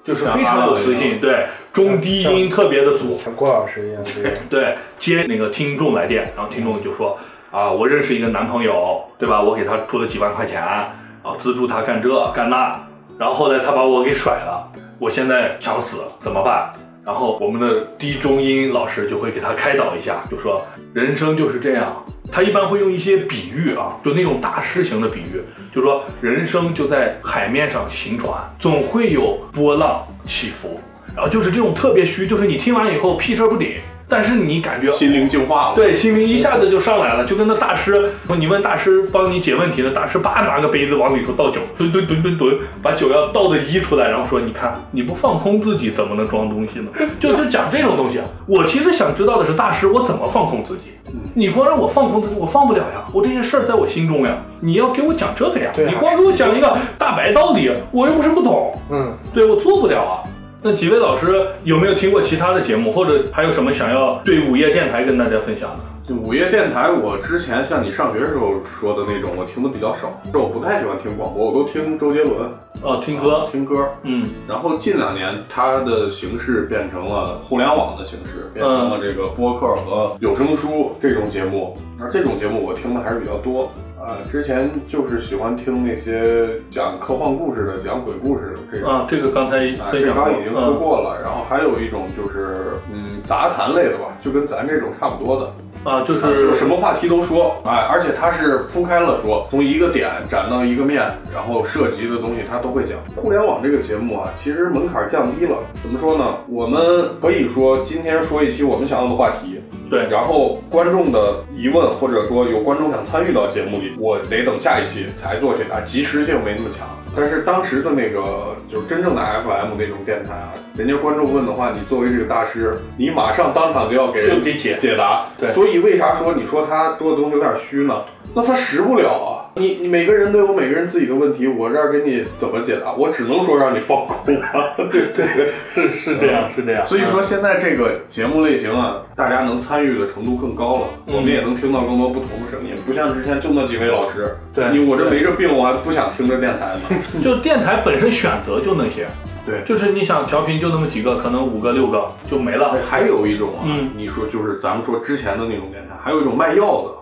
S2: 就是非常有磁性，对，中低音特别的足。
S4: 像郭老师一样，对
S2: 对，接那个听众来电，然后听众就说啊，我认识一个男朋友，对吧？我给他出了几万块钱，啊，资助他干这干那，然后后来他把我给甩了，我现在想死怎么办？然后我们的低中音老师就会给他开导一下，就说人生就是这样。他一般会用一些比喻啊，就那种大师型的比喻，就说人生就在海面上行船，总会有波浪起伏，然后就是这种特别虚，就是你听完以后屁事儿不顶，但是你感觉
S3: 心灵净化了。
S2: 对，心灵一下子就上来了，就跟那大师，你问大师帮你解问题呢，大师叭拿个杯子往里头倒酒，吨吨吨吨吨，把酒要倒的溢出来，然后说，你看你不放空自己怎么能装东西呢？就就讲这种东西啊。我其实想知道的是，大师我怎么放空自己？
S4: 嗯
S2: 你光让我放空自己，我放不了呀，我这些事儿在我心中呀。你要给我讲这个呀，
S4: 对啊
S2: 你光给我讲一个大白道理，我又不是不懂。
S4: 嗯，
S2: 对我做不了啊。那几位老师有没有听过其他的节目，或者还有什么想要对午夜电台跟大家分享的？
S3: 就午夜电台，我之前像你上学时候说的那种，我听的比较少。这我不太喜欢听广播，我都听周杰伦
S2: 哦，听歌，
S3: 听歌。
S2: 嗯，
S3: 然后近两年，它的形式变成了互联网的形式，变成了这个播客和有声书这种节目。而这种节目我听的还是比较多。啊、啊，之前就是喜欢听那些讲科幻故事的、讲鬼故事的这种。
S2: 啊，这个刚才
S3: 啊，
S2: 分
S3: 这
S2: 享
S3: 刚已经
S2: 过，
S3: 说
S2: 嗯
S3: 过了，然后还有一种就是，嗯，杂谈类的吧，就跟咱这种差不多的，
S2: 啊，就
S3: 啊就是什么话题都说，哎，而且它是铺开了说，从一个点展到一个面，然后涉及的东西它都会讲。互联网这个节目啊，其实门槛降低了，怎么说呢？我们可以说今天说一期我们想要的话题，
S2: 对
S3: 然后观众的疑问或者说有观众想参与到节目里，我得等下一期才做解答，及时性没那么强。但是当时的那个就是真正的 FM 那种电台啊，人家观众问的话，你作为这个大师，你马上当场就要给
S2: 就给解，
S3: 解答。
S2: 对
S3: 所以为啥说你说他说的东西有点虚呢？那他实不了啊！你你每个人都有每个人自己的问题，我这儿给你怎么解答？我只能说让你放空 啊，对对对。啊
S2: 是是这样，是这样。
S3: 所以说
S2: 嗯，
S3: 现在这个节目类型啊，大家能参与的程度更高了，
S2: 嗯
S3: 我们也能听到更多不同的声音，不像之前就那几位老师，
S2: 对
S3: 你我这没这病，我还不想听这电台 呢。
S2: 就电台本身选择就那些，
S3: 对
S2: 就是你想调频就那么几个，可能五个六个就没了。
S3: 还有一种啊，
S2: 嗯
S3: 你说就是咱们说之前的那种电台，还有一种卖药的。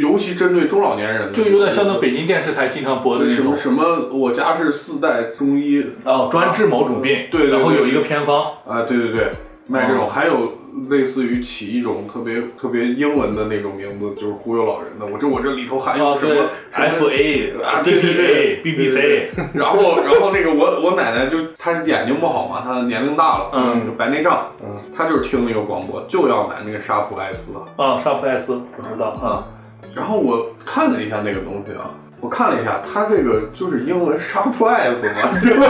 S3: 尤其针对中老年人的，
S2: 就有点像那北京电视台经常播的那
S3: 什
S2: 种
S3: 么什么，我家是四代中医
S2: 哦，专治某种病，
S3: 对对对
S2: 然后有一个偏方，
S3: 啊，对对对，卖
S2: 哦
S3: 这种，还有类似于起一种特别特别英文的那种名字，就是忽悠老人的。我这我这里头含有
S2: 哦，
S3: 啊什
S2: 对
S3: 么
S2: ，F A
S3: 啊
S2: D
S3: 对
S2: P
S3: 对
S2: A
S3: 对
S2: B B C，
S3: 然后，然后那个我我奶奶就她是眼睛不好嘛，她年龄大了，
S2: 嗯
S3: 就白内障，
S2: 嗯，
S3: 她就是听那个广播，就要买那个沙普爱斯
S2: 啊，沙普爱斯不知道啊，
S3: 然后我看了一下那个东西啊，我看了一下，它这个就是英文 sharp eyes 嘛，这不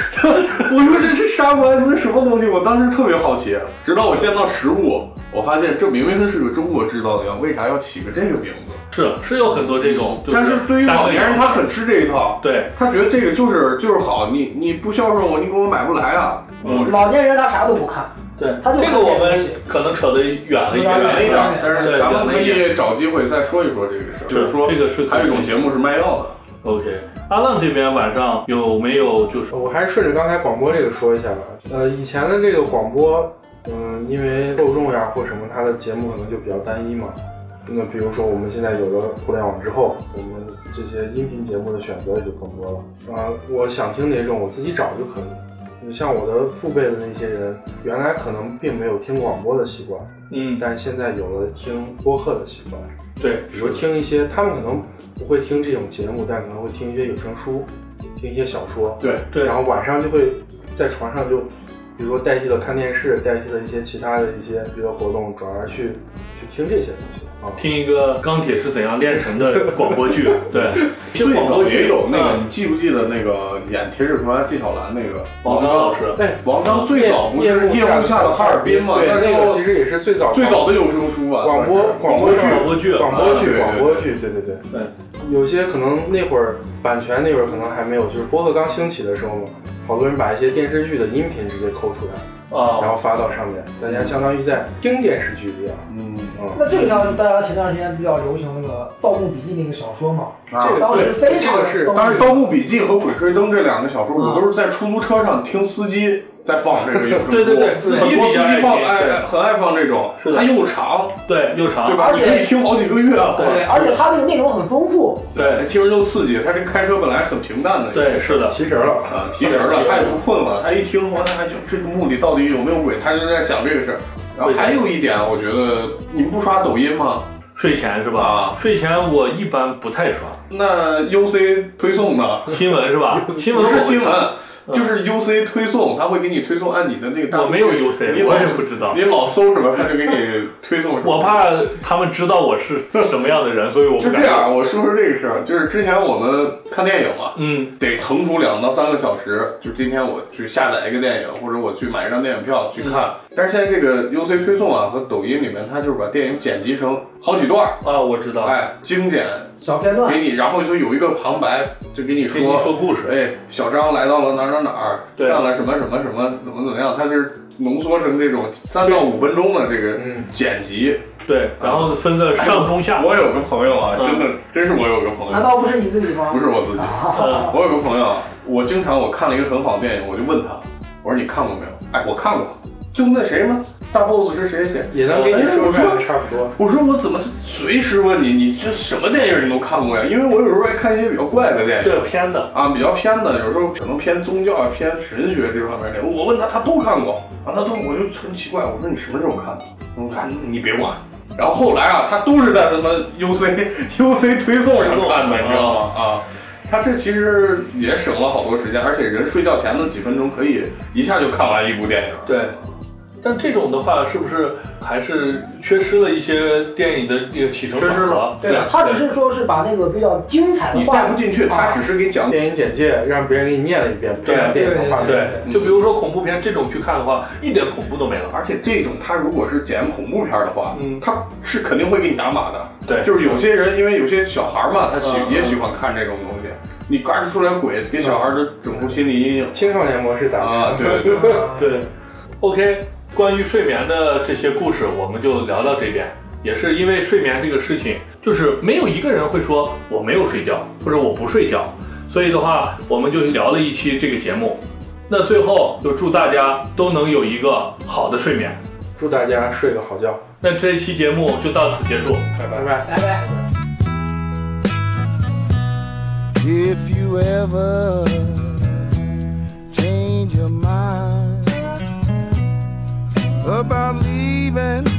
S3: 是我说这 是 sharp eyes 是什么东西？我当时特别好奇，直到我见到实物，我发现这明明是个中国制造的呀，为啥要起个这个名字？
S2: 是是有很多这种，就
S3: 但是对于老年人，他
S2: 单
S3: 很吃这一套，
S2: 位对
S3: 他觉得这个就是就是好，你你不孝顺我，你给我买不来啊。
S2: 嗯
S5: 老年人他啥都不看，
S2: 对，
S5: 他就
S2: 这个我们可能扯得远了一
S5: 远了
S2: 点，
S3: 远一点儿，但
S2: 对
S3: 是哎
S2: 远
S3: 咱们
S2: 了
S3: 可
S2: 一点
S3: 以找机会再说一说这个事儿。就是说
S2: 这，个是
S3: 还有一种节目是卖药的。
S2: OK，阿浪这边晚上有没有就是
S4: 呃我还是顺着刚才广播这个说一下吧。呃，以前的这个广播，嗯，因为受众呀或什么，它的节目可能就比较单一嘛。那比如说我们现在有了互联网之后，我们这些音频节目的选择也就更多了。啊、我想听哪种，我自己找就可以。你像我的父辈的那些人，原来可能并没有听广播的习惯，
S2: 嗯，
S4: 但现在有了听播客的习惯。
S2: 对，
S4: 比如听一些，他们可能不会听这种节目，但可能会听一些有声书，听一些小说。
S3: 对，
S2: 对
S4: 然后晚上就会在床上就，比如说代替了看电视，代替了一些其他的一些娱乐活动，转而去去听这些东西啊。
S2: 听一个《钢铁是怎样炼成的》广播剧，对，
S3: 最早也有那个，
S2: 嗯
S3: 你记不记得那个演《铁齿铜牙纪晓岚》那个
S2: 王刚老？师，
S4: 哎，
S3: 王刚啊最早不是
S4: 夜
S3: 《夜幕下
S4: 下
S3: 的哈尔滨》吗？
S4: 对，
S3: 那
S4: 那
S3: 时
S4: 个
S3: 候
S4: 其实也是最早
S3: 最早的有声书吧，
S4: 广播
S3: 算是
S4: 广
S3: 广
S4: 播剧
S2: 广播剧，
S4: 广播
S2: 啊
S4: 剧，
S3: 啊
S4: 广播剧，对对对
S2: 对。
S4: 有些可能那会儿版权那会儿可能还没有，就是播客刚兴起的时候嘛，好多人把一些电视剧的音频直接抠出来，然
S2: 啊，
S4: 后发到上面，大家相当于在听电视剧一样。
S3: 嗯，
S4: 嗯，
S5: 那这个像大家前段时间比较流行那个《盗墓笔记》那个小说嘛，
S3: 啊
S4: 这个
S5: 当时非常
S4: 这个是
S5: 风靡
S3: 当然，《盗墓笔记》和《鬼吹灯》这两个小说，
S2: 嗯
S3: 我都是在出租车上听司机在放这个有声 书。
S2: 对对对司机
S3: 很多
S2: 比
S3: 司
S2: 较爱
S3: 机放
S2: 听
S3: 爱很爱放这种
S2: 是，的
S3: 它又长，
S2: 对，又长
S3: 对，吧？
S5: 而
S3: 你
S5: 且
S3: 可以听好几个月啊。
S5: 对，而且它这个内容很丰富，
S2: 对，
S3: 听着就刺激。他这开车本来很平淡的，
S2: 对，是的，
S4: 提神了。
S3: 啊，提神了，他也不困了，他一听完，他就这个墓里到底有没有鬼，他就在想这个事儿。然后还有一点，我觉得你们不刷抖音吗？
S2: 睡前是吧
S3: 啊？
S2: 睡前我一般不太刷
S3: 那 UC 推送呢？
S2: 新闻是 吧？新闻
S3: 不
S2: 我
S3: 是新闻，
S2: 嗯
S3: 就是 UC 推送，他会给你推送按你的那个大。
S2: 我没有
S3: 你
S2: UC，
S3: 老
S2: 我也不知道
S3: 你。老搜什么，他就给你推送什么。
S2: 我怕他们知道我是什么样的人，所以我
S3: 就
S2: 不
S3: 这
S2: 敢。
S3: 样，我说说这个事儿，就是之前我们看电影嘛，
S2: 嗯，
S3: 得腾出两到三个小时，就今天我去下载一个电影，或者我去买一张电影票去看。但是现在这个 UC 推送啊和抖音里面，它就是把电影剪辑成好几段儿，
S2: 啊，我知道，
S3: 哎，精简
S5: 小片段
S3: 给。你，然后就有一个旁白，就给你
S2: 给你
S3: 说，
S2: 说故事，
S3: 哎，小张来到了哪儿哪儿哪儿，
S2: 对
S3: 干了什么什么什么，怎么怎么样，它是浓缩成这种三到五分钟的这个
S4: 嗯，
S3: 剪辑。
S2: 对，然后分个上中下，
S3: 啊我有个朋友啊，
S2: 嗯
S3: 真的，真是我有个朋
S5: 难
S3: 友，
S5: 道不是你自己吗？啊
S3: 不是我自己。
S2: 嗯
S3: 我有个朋友，我经常我看了一个很好的电影，我就问他，我说你看过没有？哎，我看过，就那谁吗？大 boss 是谁谁？
S6: 也能给你
S3: 哎
S6: 说
S3: 我
S6: 出来
S3: 说
S6: 差不多。
S3: 我说我怎么随时问你，你这什么电影你都看过呀？因为我有时候爱看一些比较怪的电影。
S2: 对片子，
S3: 啊，比较偏的，有时候可能偏宗教、啊、偏神学这方面的。我问他，他都看过啊，他都我就很奇怪，我说你什么时候看的？我看你别管。然后后来啊，他都是在什么 UC UC 推送上看的，你知道吗？啊，他这其实也省了好多时间，而且人睡觉前的几分钟可以一下就看完一部电影。
S2: 对。但这种的话，是不是还是缺失了一些电影的这个起承
S3: 缺
S2: 转
S3: 失了
S2: 合？
S5: 对
S3: 对
S5: 他只是说是把那个比较精彩的
S3: 你
S5: 话
S3: 带不进去，他只是给你讲。
S6: 电影简介让别人给你念了一遍，不
S2: 对
S6: 像电影的画面。
S2: 对，
S3: 嗯
S2: 就比如说恐怖片这种去看的话，一点恐怖都没了。
S3: 而且这种他如果是剪恐怖片的话，
S2: 嗯
S3: 他是肯定会给你打码的。
S2: 对
S3: 就是有些人因为有些小孩嘛，他喜
S2: 嗯
S3: 也喜欢看这种东西，你嘎吱出来鬼，给小孩的整出心理阴影
S6: 青少年模式打开
S3: 啊，对对对。
S2: 对，OK，关于睡眠的这些故事，我们就聊到这边。也是因为睡眠这个事情，就是没有一个人会说我没有睡觉，或者我不睡觉。所以的话，我们就聊了一期这个节目。那最后就祝大家都能有一个好的睡眠。
S6: 祝大家睡个好觉，
S2: 那这一期节目就到此结束，拜拜
S6: 拜。拜。
S5: 拜拜。
S1: If you ever change your mind about leaving, oh.